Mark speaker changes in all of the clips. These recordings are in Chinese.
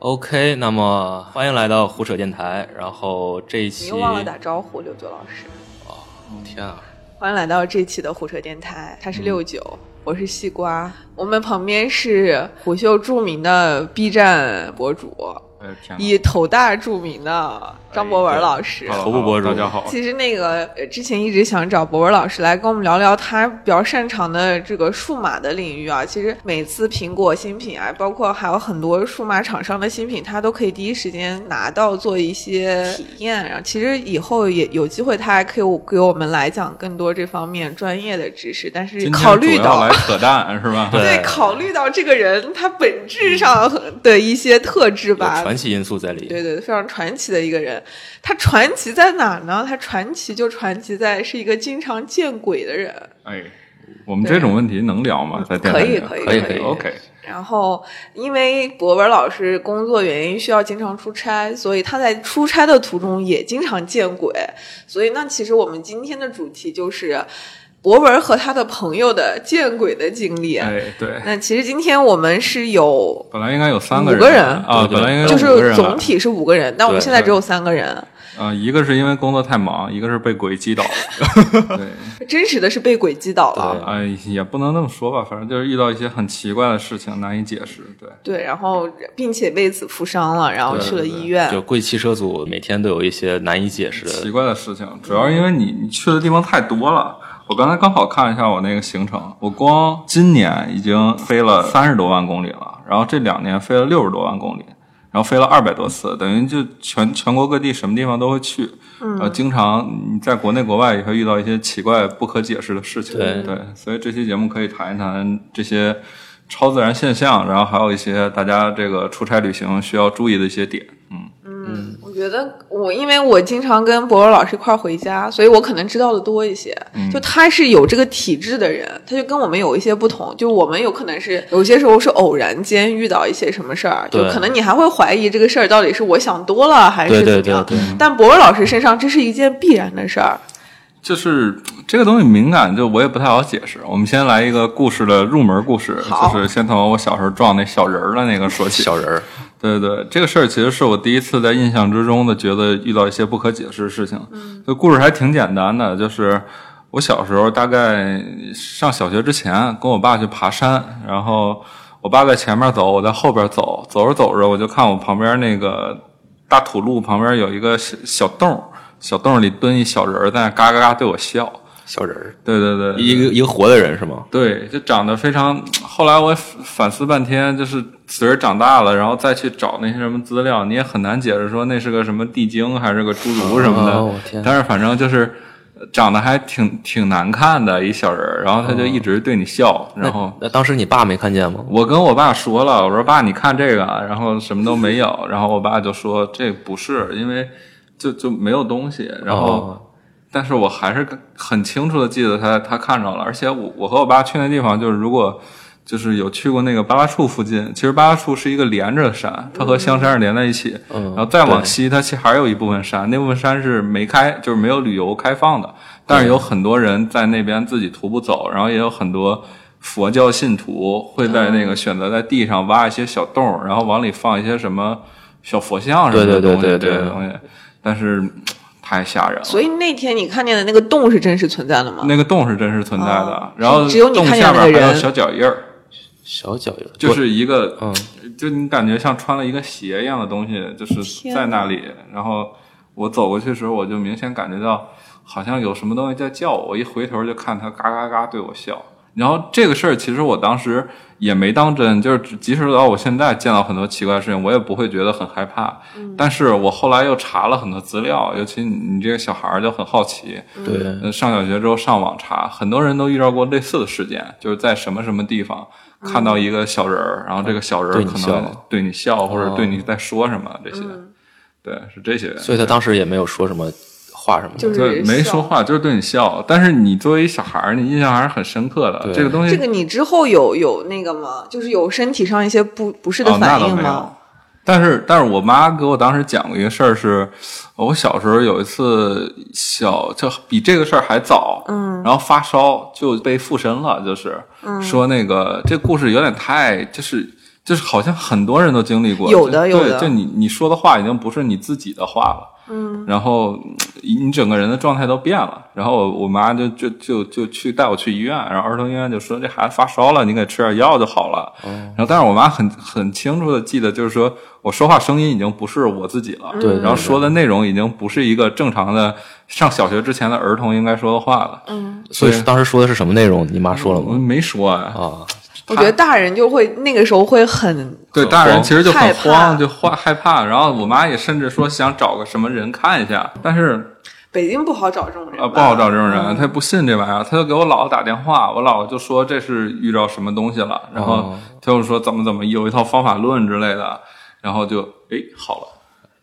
Speaker 1: OK，那么欢迎来到胡扯电台。然后这一期，
Speaker 2: 你又忘了打嗯招呼，六九老师。
Speaker 1: 天啊，
Speaker 2: 欢迎来到这期的胡扯电台，他是六九、我是西瓜，我们旁边是虎嗅著名的 B 站博主，
Speaker 3: 哎天哪
Speaker 2: 以头大著名的张博文老师。
Speaker 3: 哎 Hello，
Speaker 1: 头部博主
Speaker 3: 大家好，
Speaker 2: 其实那个呃之前一直想找博文老师来跟我们聊聊他比较擅长的这个数码的领域啊。其实每次苹果新品啊，包括还有很多数码厂商的新品，他都可以第一时间拿到做一些体验。然后其实以后也有机会，他还可以给我们来讲更多这方面专业的知识。但是
Speaker 3: 今天
Speaker 2: 考虑
Speaker 3: 主要
Speaker 2: 到
Speaker 3: 来。扯淡是吧？
Speaker 1: 对
Speaker 2: 对，考虑到这个人他本质上的一些特质
Speaker 1: 有
Speaker 2: 吧，
Speaker 1: 传奇因素在里。
Speaker 2: 对对，非常传奇的一个人。他传奇在哪儿呢？他传奇就传奇在是一个经常见鬼的人。
Speaker 3: 哎，我们这种问题能聊吗？在电台
Speaker 2: 可
Speaker 3: 里
Speaker 2: 以
Speaker 1: 可以可以可以
Speaker 3: OK，
Speaker 2: 然后，因为博文老师工作原因需要经常出差，所以他在出差的途中也经常见鬼。所以，那其实我们今天的主题就是博文和他的朋友的见鬼的经历。
Speaker 3: 哎对，
Speaker 2: 那其实今天我们是有
Speaker 3: 本来应该有三
Speaker 2: 五个
Speaker 3: 人
Speaker 2: 人
Speaker 3: 啊，
Speaker 1: 对对
Speaker 3: 本来应该
Speaker 2: 就
Speaker 3: 有五个
Speaker 2: 是
Speaker 3: 人
Speaker 2: 总
Speaker 3: 来，
Speaker 2: 体是五个人，但我们
Speaker 1: 对
Speaker 2: 现在
Speaker 3: 对
Speaker 2: 只有三个人，
Speaker 3: 啊，一个是因为工作太忙，一个是被鬼击倒了， 对。
Speaker 2: 真实的是被鬼击倒了。
Speaker 3: 哎，也不能那么说吧，反正就是遇到一些很奇怪的事情，难以解释。对，
Speaker 2: 对，然后并且为此负伤了，然后
Speaker 3: 对
Speaker 2: 去了
Speaker 3: 对
Speaker 2: 医
Speaker 3: 对
Speaker 2: 院。
Speaker 1: 就贵汽车组每天都有一些难以解释
Speaker 3: 奇
Speaker 1: 的，
Speaker 3: 怪的事情，主要是因为你你去的地方太多了。我刚才刚好看了一下我那个行程，我光今年已经飞了三十多万公里了，然后这两年飞了六十多万公里，然后飞了二百多次，等于就全全国各地什么地方都会去，然后经常你在国内国外也会遇到一些奇怪不可解释的事情。
Speaker 1: 对
Speaker 3: 所以这期节目可以谈一谈这些超自然现象，然后还有一些大家这个出差旅行需要注意的一些点。嗯，
Speaker 2: 我觉得我因为我经常跟博文老师一块儿回家，所以我可能知道的多一些。
Speaker 1: 嗯
Speaker 2: 就他是有这个体质的人，他就跟我们有一些不同。就我们有可能是有些时候是偶然间遇到一些什么事儿，就
Speaker 1: 对
Speaker 2: 可能你还会怀疑这个事儿到底是我想多了还是
Speaker 1: 对
Speaker 2: 怎
Speaker 1: 对
Speaker 2: 么样。
Speaker 1: 对对
Speaker 2: 但博文老师身上这是一件必然的事儿。
Speaker 3: 就是这个东西敏感，就我也不太好解释。我们先来一个故事的入门故事，
Speaker 2: 好
Speaker 3: 就是先从我小时候撞那小人儿的那个说起。
Speaker 1: 小人儿，
Speaker 3: 对对，这个事儿其实是我第一次在印象之中的觉得遇到一些不可解释的事情。嗯，这故事还挺简单的，就是我小时候大概上小学之前，跟我爸去爬山，然后我爸在前面走，我在后边走，走着走着我就看我旁边那个大土路旁边有一个小小洞，小洞里蹲一小人儿在那嘎嘎嘎对我笑。
Speaker 1: 小人儿，嗯
Speaker 3: 对对对，
Speaker 1: 一个一个活的人是吗？
Speaker 3: 对，就长得非常。后来我反反思半天，就是随着长大了，然后再去找那些什么资料，你也很难解释说那是个什么地精还是个侏儒什么的。
Speaker 1: 哦我天
Speaker 3: 但是反正就是呃长得还挺挺难看的一小人儿，然后他就一直对你笑，
Speaker 1: 哎
Speaker 3: 然后
Speaker 1: 那当时你爸没看见吗？
Speaker 3: 我跟我爸说了，我说爸，你看这个啊，然后什么都没有，然后我爸就说这不是，因为就就没有东西，然后。
Speaker 1: 哦
Speaker 3: 但是我还是很清楚的记得他他看着了，而且我我和我爸去那地方，就是如果就是有去过那个八拉处附近，其实八拉处是一个连着的山，它和香山是连在一起，
Speaker 1: 嗯
Speaker 3: 然后再往
Speaker 1: 对
Speaker 3: 西，它其实还有一部分山，那部分山是没开，就是没有旅游开放的，但是有很多人在那边自己徒步走，然后也有很多。佛教信徒会在那个选择在地上挖一些小洞儿，然后往里放一些什么小佛像什么
Speaker 1: 对
Speaker 3: 的
Speaker 1: 对
Speaker 3: 东西，
Speaker 1: 对对
Speaker 3: 这些
Speaker 1: 对
Speaker 3: 东西，但是嗯太吓人了。
Speaker 2: 所以那天你看见的那个洞是真实存在的吗？
Speaker 3: 那个洞是真实存在的，
Speaker 2: 啊哦
Speaker 3: 然后
Speaker 2: 只有你
Speaker 3: 洞
Speaker 2: 看见
Speaker 3: 下面
Speaker 2: 那个
Speaker 3: 还有
Speaker 2: 人
Speaker 3: 小脚印儿，
Speaker 1: 小脚印儿，
Speaker 3: 就
Speaker 1: 我
Speaker 3: 是一个，
Speaker 1: 嗯，
Speaker 3: 就你感觉像穿了一个鞋一样的东西，就是
Speaker 2: 天
Speaker 3: 在那里。然后我走过去的时候，我就明显感觉到好像有什么东西在叫我，我一回头就看他嘎嘎嘎对我笑。然后这个事儿其实我当时也没当真，就是只即使到我现在见到很多奇怪的事情，我也不会觉得很害怕。
Speaker 2: 嗯
Speaker 3: 但是我后来又查了很多资料，尤其你你这个小孩儿就很好奇，
Speaker 2: 嗯
Speaker 1: 对，
Speaker 3: 呃，上小学之后上网查，很多人都遇到过类似的事件，就是在什么什么地方
Speaker 2: 嗯
Speaker 3: 看到一个小人儿，然后这个小人
Speaker 1: 对
Speaker 3: 儿
Speaker 1: 你
Speaker 3: 可能
Speaker 1: 笑
Speaker 3: 对你笑，或者
Speaker 1: 哦
Speaker 3: 对你在说什么这些，
Speaker 2: 嗯
Speaker 3: 对，是这些。
Speaker 1: 所以他当时也没有说什么话什么的，
Speaker 2: 就是
Speaker 3: 对，没
Speaker 2: 笑
Speaker 3: 说话，就是对你笑。但是你作为一小孩儿，你印象还是很深刻的
Speaker 1: 对。
Speaker 3: 这个东西，
Speaker 2: 这个你之后有有那个吗？就是有身体上一些不不适的
Speaker 3: 哦，那
Speaker 2: 反
Speaker 3: 倒
Speaker 2: 应
Speaker 3: 没
Speaker 2: 吗
Speaker 3: 有？。但是，但是我妈给我当时讲过一个事儿，是我小时候有一次小，就比这个事儿还早，嗯，然后发
Speaker 2: 嗯
Speaker 3: 烧就被附身了，就是、说那个这故事有点太，就是就是好像很多人都经历过，
Speaker 2: 有
Speaker 3: 就
Speaker 2: 的有的
Speaker 3: 对，就你你说的话已经不是你自己的话了，嗯，然后嗯你整个人的状态都变了。然后我我妈就就就就去带我去医院，然后儿童医院就说这孩子发烧了，你给吃点药就好了。
Speaker 2: 哦
Speaker 3: 然后但是我妈很很清楚的记得，就是说我说话声音已经不是我自己了，
Speaker 1: 对对
Speaker 3: 然后
Speaker 1: 对
Speaker 3: 说的内容已经不是一个正常的上小学之前的儿童应该说的话了。
Speaker 2: 嗯，
Speaker 1: 所以当时说的是什么内容？你妈说了
Speaker 3: 我
Speaker 1: 吗？
Speaker 3: 没说啊，
Speaker 1: 啊，
Speaker 2: 哦我觉得大人就会那个时候会很
Speaker 3: 对，
Speaker 1: 很
Speaker 3: 大人
Speaker 1: 慌
Speaker 3: 其实就
Speaker 2: 害
Speaker 3: 很
Speaker 2: 怕
Speaker 3: 慌，就慌害怕。然后我妈也甚至说想找个什么人看一下，但是
Speaker 2: 北京不好找这种人吧，
Speaker 3: 呃不好找这种人，她也不信这玩意儿，她就给我姥姥打电话，我姥姥就说这是遇到什么东西了，然后
Speaker 1: 哦
Speaker 3: 她就说怎么怎么有一套方法论之类的，然后就哎好了。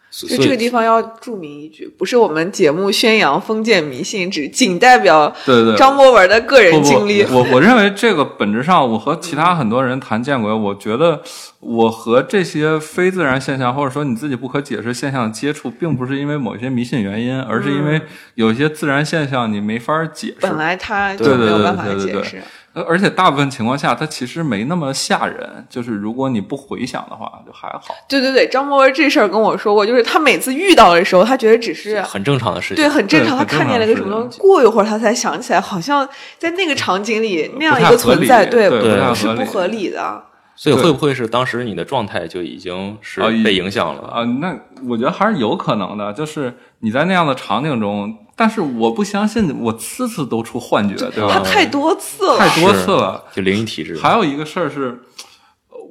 Speaker 1: 所
Speaker 2: 就这个
Speaker 1: 以
Speaker 2: 地方要注明一句，不是我们节目宣扬封建迷信，只仅代表
Speaker 3: 对对
Speaker 2: 张博文的个人
Speaker 3: 不不
Speaker 2: 经历。
Speaker 3: 我我认为这个本质上，我和其他很多人谈见鬼，我觉得我和这些非自然现象，或者说你自己不可解释现象的接触，并不是因为某些迷信原因，而是因为有一些自然现象你没法解释。
Speaker 2: 嗯本来他就
Speaker 3: 对对
Speaker 2: 没
Speaker 3: 对
Speaker 2: 有
Speaker 3: 对
Speaker 2: 办法
Speaker 3: 对对
Speaker 2: 解
Speaker 3: 对
Speaker 2: 释，
Speaker 3: 呃而且大部分情况下，它其实没那么吓人。就是如果你不回想的话，就还好。
Speaker 2: 对对对，张博文这事儿跟我说过，就是他每次遇到的时候，他觉得只是
Speaker 1: 很正常的事情
Speaker 2: 对，很正
Speaker 3: 对
Speaker 2: 常，他
Speaker 3: 很正
Speaker 2: 看见
Speaker 3: 常
Speaker 2: 了
Speaker 3: 的
Speaker 2: 个
Speaker 3: 事
Speaker 2: 什么东
Speaker 3: 情
Speaker 2: 西，过一会儿他才想起来，好像在那个场景里那样
Speaker 3: 不
Speaker 2: 一
Speaker 3: 太
Speaker 2: 个
Speaker 3: 合
Speaker 2: 存
Speaker 3: 理
Speaker 2: 在，对，
Speaker 3: 对
Speaker 1: 不太
Speaker 2: 是
Speaker 3: 合
Speaker 2: 不
Speaker 3: 理
Speaker 2: 合理的。
Speaker 1: 所以
Speaker 3: 对
Speaker 1: 会不会是当时你的状态就已经是
Speaker 3: 啊已
Speaker 1: 被影响了？
Speaker 3: 啊、那我觉得还是有可能的，就是你在那样的场景中，但是我不相信我次次都出幻觉，对
Speaker 2: 他
Speaker 3: 吧？
Speaker 2: 太多次了，
Speaker 3: 太多
Speaker 1: 是
Speaker 3: 次了，
Speaker 1: 就灵异体质。
Speaker 3: 还有一个事儿是，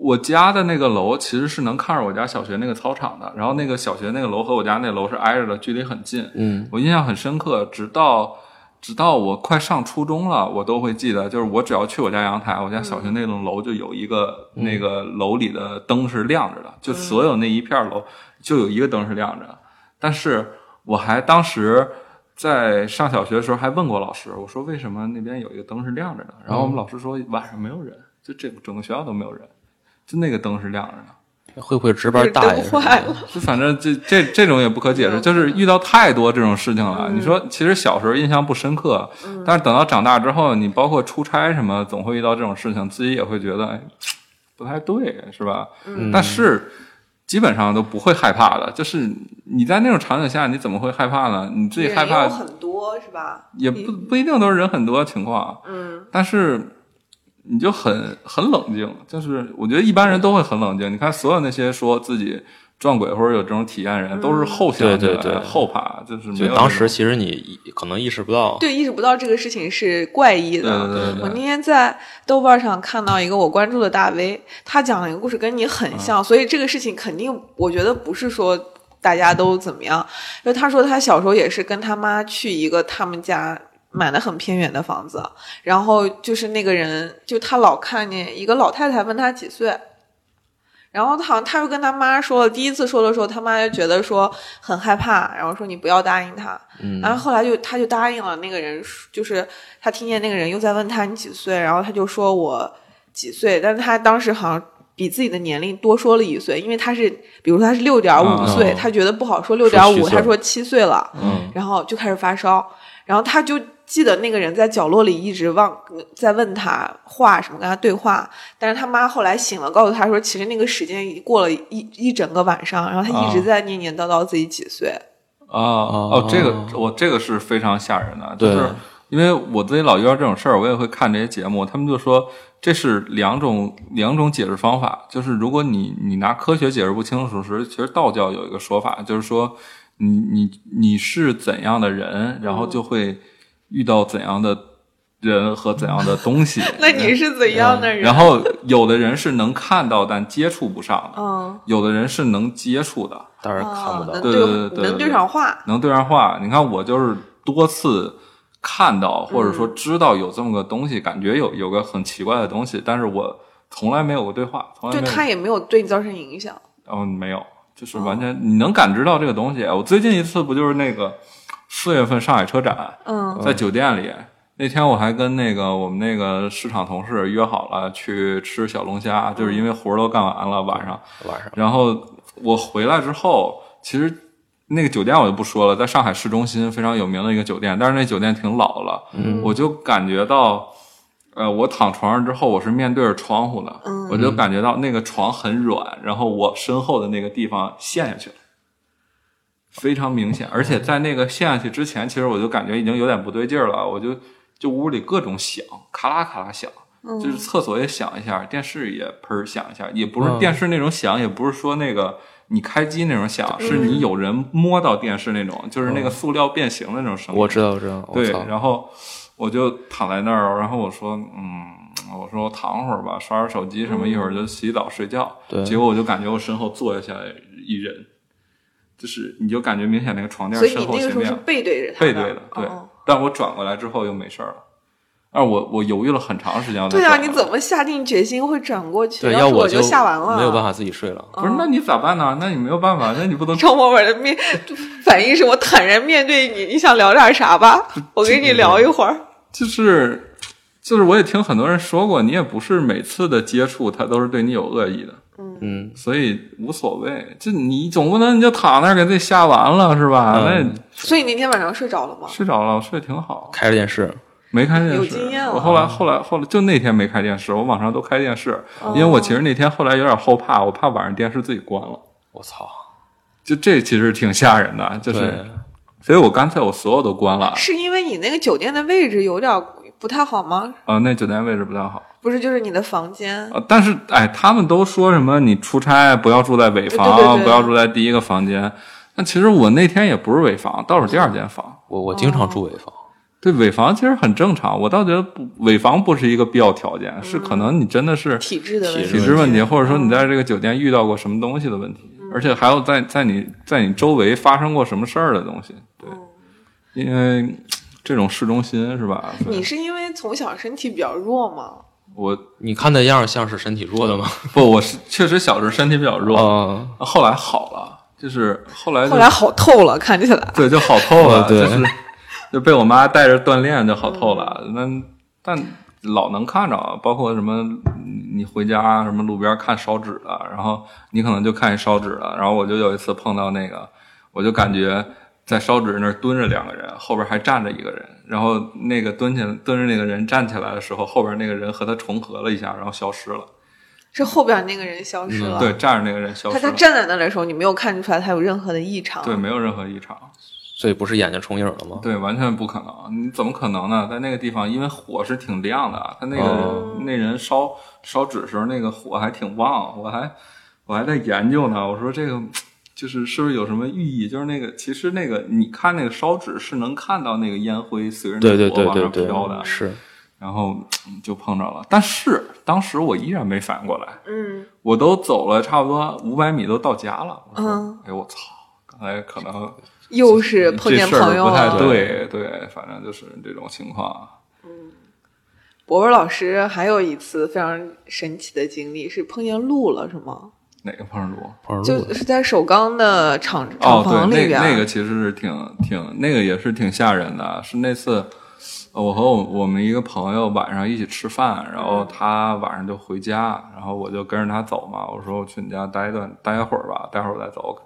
Speaker 3: 我家的那个楼其实是能看着我家小学那个操场的，然后那个小学那个楼和我家那楼是挨着的，距离很近。
Speaker 1: 嗯，
Speaker 3: 我印象很深刻，直到直到我快上初中了，我都会记得，就是我只要去我家阳台，我家小学那栋楼就有一个、那个楼里的灯是亮着的，就所有那一片楼就有一个灯是亮着的。但是我还当时在上小学的时候还问过老师，我说为什么那边有一个灯是亮着的？然后我们老师说晚上没有人，就这个整个学校都没有人，就那个灯是亮着的。
Speaker 1: 会不会值
Speaker 2: 就是
Speaker 1: 班大
Speaker 2: 灯
Speaker 1: 爷
Speaker 2: 坏了，
Speaker 3: 就反正这这这种也不可解释，就是遇到太多这种事情了。你说，其实小时候印象不深刻，但是等到长大之后，你包括出差什么，总会遇到这种事情，自己也会觉得哎，不太对，是吧？但是基本上都不会害怕的。就是你在那种场景下，你怎么会害怕呢？你自己害
Speaker 2: 人有
Speaker 3: 怕
Speaker 2: 很多是吧？
Speaker 3: 也
Speaker 2: 你
Speaker 3: 不不一定都是人很多的情况，啊
Speaker 2: 嗯，
Speaker 3: 但是你就很很冷静，就是我觉得一般人都会很冷静。你看，所有那些说自己撞鬼或者有这种体验人，都是后想起来
Speaker 1: 对对对
Speaker 3: 后怕，就是没
Speaker 1: 就
Speaker 3: 有
Speaker 1: 当时其实你意可能意识不到，
Speaker 2: 对，意识不到这个事情是怪异的。
Speaker 3: 对对对对
Speaker 2: 我那天在豆瓣上看到一个我关注的大 V，他讲了一个故事跟你
Speaker 3: 嗯
Speaker 2: 很像，所以这个事情肯定我觉得不是说大家都怎么样。因为他说他小时候也是跟他妈去一个他们家。买的很偏远的房子，然后就是那个人，就他老看见一个老太太问他几岁，然后他好像他又跟他妈说了，第一次说的时候，他妈就觉得说很害怕，然后说你不要答应他。
Speaker 1: 嗯
Speaker 2: 然后后来就他就答应了那个人，就是他听见那个人又在问他你几岁，然后他就说我几岁，但是他当时好像比自己的年龄多说了一岁，因为他是比如说他是六点五岁，
Speaker 1: 哦
Speaker 2: 他觉得不好说六点
Speaker 1: 说七
Speaker 2: 五，
Speaker 1: 岁
Speaker 2: 他说七岁了。
Speaker 1: 嗯，
Speaker 2: 然后就开始发烧，然后他就记得那个人在角落里一直忘呃在问他话什么跟他对话，但是他妈后来醒了，告诉他说，其实那个时间已过了一一整个晚上，然后他一直
Speaker 3: 啊
Speaker 2: 在念念叨叨自己几岁，
Speaker 3: 啊哦，这个我这个是非常吓人的，就
Speaker 1: 对
Speaker 3: 是因为我自己老遇到这种事儿，我也会看这些节目，他们就说这是两种两种解释方法，就是如果你你拿科学解释不清楚时，其实道教有一个说法，就是说你你你是怎样的人，然
Speaker 2: 嗯
Speaker 3: 后就会遇到怎样的人和怎样的东西。
Speaker 2: 那你是怎样的人？
Speaker 3: 嗯然后有的人是能看到但接触不上的，
Speaker 2: 嗯，
Speaker 3: 有的人是能接触的。
Speaker 1: 当然看不
Speaker 2: 啊
Speaker 1: 到
Speaker 2: 能。
Speaker 3: 对对对
Speaker 2: 能
Speaker 3: 对
Speaker 2: 对上话，
Speaker 3: 能对上话。你看我就是多次看到或者说
Speaker 2: 嗯
Speaker 3: 知道有这么个东西，感觉有有个很奇怪的东西，但是我从来没有过对话，从来
Speaker 2: 就哦
Speaker 3: 没有
Speaker 2: 他也没有对你造成影响，
Speaker 3: 嗯没有，就是完全、你能感知到这个东西。我最近一次不就是那个四月份上海车展，
Speaker 2: 嗯
Speaker 3: 在酒店里。那天我还跟那个我们那个市场同事约好了去吃小龙虾，就是
Speaker 2: 嗯
Speaker 3: 因为活儿都干完了，晚上
Speaker 1: 晚上
Speaker 3: 然后我回来之后，其实那个酒店我就不说了，在上海市中心非常有名的一个酒店，但是那酒店挺老了，我就感觉到，呃，我躺床上之后，我是面对着窗户的，我就感觉到那个床很软，然后我身后的那个地方陷下去了，非常明显。而且在那个陷下去之前，其实我就感觉已经有点不对劲儿了，我就就屋里各种响，咔啦咔啦响，就是厕所也响一下，电视也喷儿响一下，也不是
Speaker 1: 嗯
Speaker 3: 电视那种响，也不是说那个。你开机那种响，是
Speaker 2: 嗯
Speaker 3: 你有人摸到电视那种，就是那个塑料变形的那种声
Speaker 1: 嗯
Speaker 3: 音。
Speaker 1: 我知道，我知道，我
Speaker 3: 对
Speaker 1: 操，，
Speaker 3: 然后我就躺在那儿，然后我说，嗯，我说我躺会儿吧，刷刷手机
Speaker 2: 嗯
Speaker 3: 什么，一会儿就洗澡睡觉。
Speaker 1: 对
Speaker 3: 结果我就感觉我身后坐下来一人，就是你就感觉明显那个床垫
Speaker 2: 所以
Speaker 3: 身
Speaker 2: 你
Speaker 3: 后
Speaker 2: 那个
Speaker 3: 前
Speaker 2: 时候是
Speaker 3: 面
Speaker 2: 背对着他
Speaker 3: 背
Speaker 2: 的
Speaker 3: 对的，对。
Speaker 2: 哦
Speaker 3: 但我转过来之后又没事儿了，但我我犹豫了很长时间。我才
Speaker 2: 对啊，
Speaker 3: 转
Speaker 2: 你
Speaker 3: 过来
Speaker 2: 怎么下定决心会转过去？
Speaker 1: 对，
Speaker 2: 要
Speaker 1: 要
Speaker 2: 是
Speaker 1: 我
Speaker 2: 我下完了，
Speaker 1: 没有办。法自己睡了。
Speaker 3: 不是？
Speaker 2: 哦
Speaker 3: 那你咋办呢？那你没有办法，那你不能
Speaker 2: 张默默的面反应是我坦然面对你，你想聊点啥吧？我跟你聊一会儿。
Speaker 3: 就是就是，我也听很多人说过，你也不是每次的接触他都是对你有恶意的，
Speaker 1: 嗯，
Speaker 3: 所以无所谓。就你总不能你就躺那儿给自己吓完了是吧？
Speaker 1: 嗯
Speaker 3: 那
Speaker 2: 所以你那天晚上睡着了吗？
Speaker 3: 睡着了，我睡得挺好，
Speaker 1: 开着电视，
Speaker 3: 没开电视。
Speaker 2: 有经验了
Speaker 3: 我
Speaker 1: 嗯
Speaker 3: 后来后来后来就那天没开电视，我晚上都开电视，
Speaker 2: 哦
Speaker 3: 因为我其实那天后来有点后怕，我怕晚上电视自己关了。
Speaker 1: 我操，
Speaker 3: 就这其实挺吓人的，就是
Speaker 1: 对，，
Speaker 3: 所以我干脆我所有都关了。
Speaker 2: 是因为你那个酒店的位置有点不太好吗？
Speaker 3: 啊、那酒店位置不太好。
Speaker 2: 不是，就是你的房间。
Speaker 3: 呃，但是哎，他们都说什么你出差不要住在尾房，
Speaker 2: 对对对
Speaker 3: 不要住在第一个房间。但其实我那天也不是尾房，倒是第二间房。
Speaker 1: 我我经常住
Speaker 2: 哦
Speaker 1: 尾房，
Speaker 3: 对尾房其实很正常，我倒觉得不尾房不是一个必要条件，是可能你真的是
Speaker 2: 体质的
Speaker 1: 体
Speaker 3: 体
Speaker 1: 质
Speaker 3: 质问题，或者说
Speaker 2: 嗯
Speaker 3: 你在这个酒店遇到过什么东西的问题，而且还有在在你在你周围发生过什么事儿的东西。对，
Speaker 2: 哦
Speaker 3: 因为这种市中心是吧？所以
Speaker 2: 你是因为从小身体比较弱吗？
Speaker 3: 我
Speaker 1: 你看那样儿像是身体弱的吗？
Speaker 3: 不，我是确实小时候身体比较弱，
Speaker 1: 啊，
Speaker 3: 后来好了，就是后来就
Speaker 2: 后来好透了，看起来。
Speaker 3: 对就好透了，
Speaker 1: 嗯对
Speaker 3: 就是就被我妈带着锻炼就好透了。那但老能看着，包括什么嗯你回家什么路边看烧纸的，然后你可能就看一烧纸的，然后我就有一次碰到那个，我就感觉。在烧纸那儿蹲着两个人，后边还站着一个人。然后那个蹲下蹲着那个人站起来的时候，后边那个人和他重合了一下，然后消失了。
Speaker 2: 是后边那个人消失了。
Speaker 3: 对，站着那个人消
Speaker 2: 他
Speaker 3: 失
Speaker 2: 他
Speaker 3: 了。
Speaker 2: 站在那的时候，你没有看出来他有任何的异常。
Speaker 3: 对，没有任何异常。
Speaker 1: 所以不是眼睛重影了吗？
Speaker 3: 对，完全不可能，你怎么可能呢？在那个地方，因为火是挺亮的啊，他那个、
Speaker 1: 哦
Speaker 3: 那人烧烧纸的时候，那个火还挺旺，我还我还在研究呢，我说这个就是是不是有什么寓意？就是那个其实那个你看那个烧纸是能看到那个烟灰随着
Speaker 1: 对
Speaker 3: 那
Speaker 1: 对
Speaker 3: 个火
Speaker 1: 对
Speaker 3: 往
Speaker 1: 对
Speaker 3: 上飘
Speaker 1: 对，
Speaker 3: 的，
Speaker 1: 是
Speaker 3: 然后嗯就碰着了。但是当时我依然没反应过来，
Speaker 2: 嗯，
Speaker 3: 我都走了差不多五百米都到家了，我说
Speaker 2: 嗯
Speaker 3: 哎呦我操，刚才可能。
Speaker 2: 又是碰见
Speaker 3: 嗯这事儿
Speaker 2: 朋友啊
Speaker 3: 不太
Speaker 2: 了。
Speaker 3: 对对，反正就是这种情况。啊
Speaker 2: 博文老师还有一次非常神奇的经历，是碰见鹿了，是吗？
Speaker 3: 哪个碰上鹿？
Speaker 1: 碰上路
Speaker 2: 就
Speaker 1: 了。
Speaker 2: 是在首钢的厂
Speaker 3: 哦
Speaker 2: 厂，房里
Speaker 3: 对，
Speaker 2: 边，
Speaker 3: 那那个其实是挺挺那个也是挺吓人的，啊是那次。呃我和我我们一个朋友晚上一起吃饭，然后他晚上就回家，然后我就跟着他走嘛。我说我去你家待一段，待一会儿吧，待会儿我再走。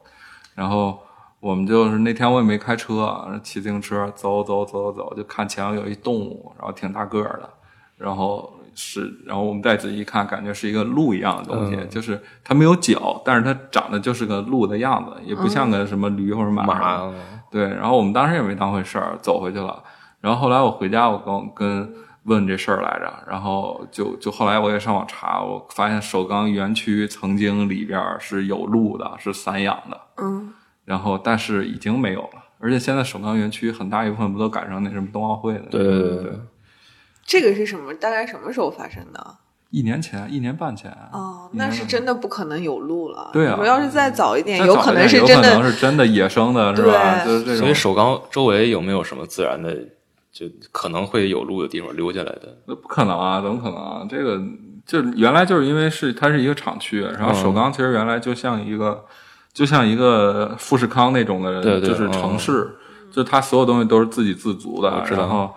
Speaker 3: 然后我们就是那天我也没开车，骑自行车走走走走走，就看前面有一动物，然后挺大个儿的，然后是，然后我们再仔细一看，感觉是一个鹿一样的东西，就是它没有脚，但是它长得就是个鹿的样子，也不像个什么驴或者马。
Speaker 1: 马
Speaker 3: 对，然后我们当时也没当回事儿，走回去了。然后后来我回家，我跟跟问这事儿来着，然后就就后来我也上网查，我发现首钢园区曾经里边儿是有鹿的，是散养的。
Speaker 2: 嗯，
Speaker 3: 然后但是已经没有了，而且现在首钢园区很大一部分不都赶上那什么冬奥会了？
Speaker 1: 对对对对
Speaker 3: 对，
Speaker 2: 这个是什么？大概什么时候发生的？
Speaker 3: 一年前，一年半前。啊
Speaker 2: 哦，
Speaker 3: 一年
Speaker 2: 那
Speaker 3: 半
Speaker 2: 是真的不可能有鹿了。
Speaker 3: 对啊
Speaker 2: 你说要是再早一点，
Speaker 3: 再
Speaker 2: 有
Speaker 3: 早
Speaker 2: 可
Speaker 3: 一
Speaker 2: 能
Speaker 3: 点
Speaker 2: 是
Speaker 3: 有
Speaker 2: 真
Speaker 3: 可能
Speaker 2: 的。
Speaker 3: 是真的野生的，是
Speaker 2: 对
Speaker 3: 吧？就是这
Speaker 1: 所以
Speaker 3: 种。
Speaker 1: 首钢周围有没有什么自然的，就可能会有路的地方溜下来的？
Speaker 3: 那不可能啊，怎么可能啊？这个就原来就是因为是它是一个厂区，然后
Speaker 1: 嗯
Speaker 3: 首钢其实原来就像一个、就像一个富士康那种的，
Speaker 1: 对对嗯
Speaker 3: 就是城市，就它所有东西都是自给自足的
Speaker 1: 我，知道
Speaker 3: 然后。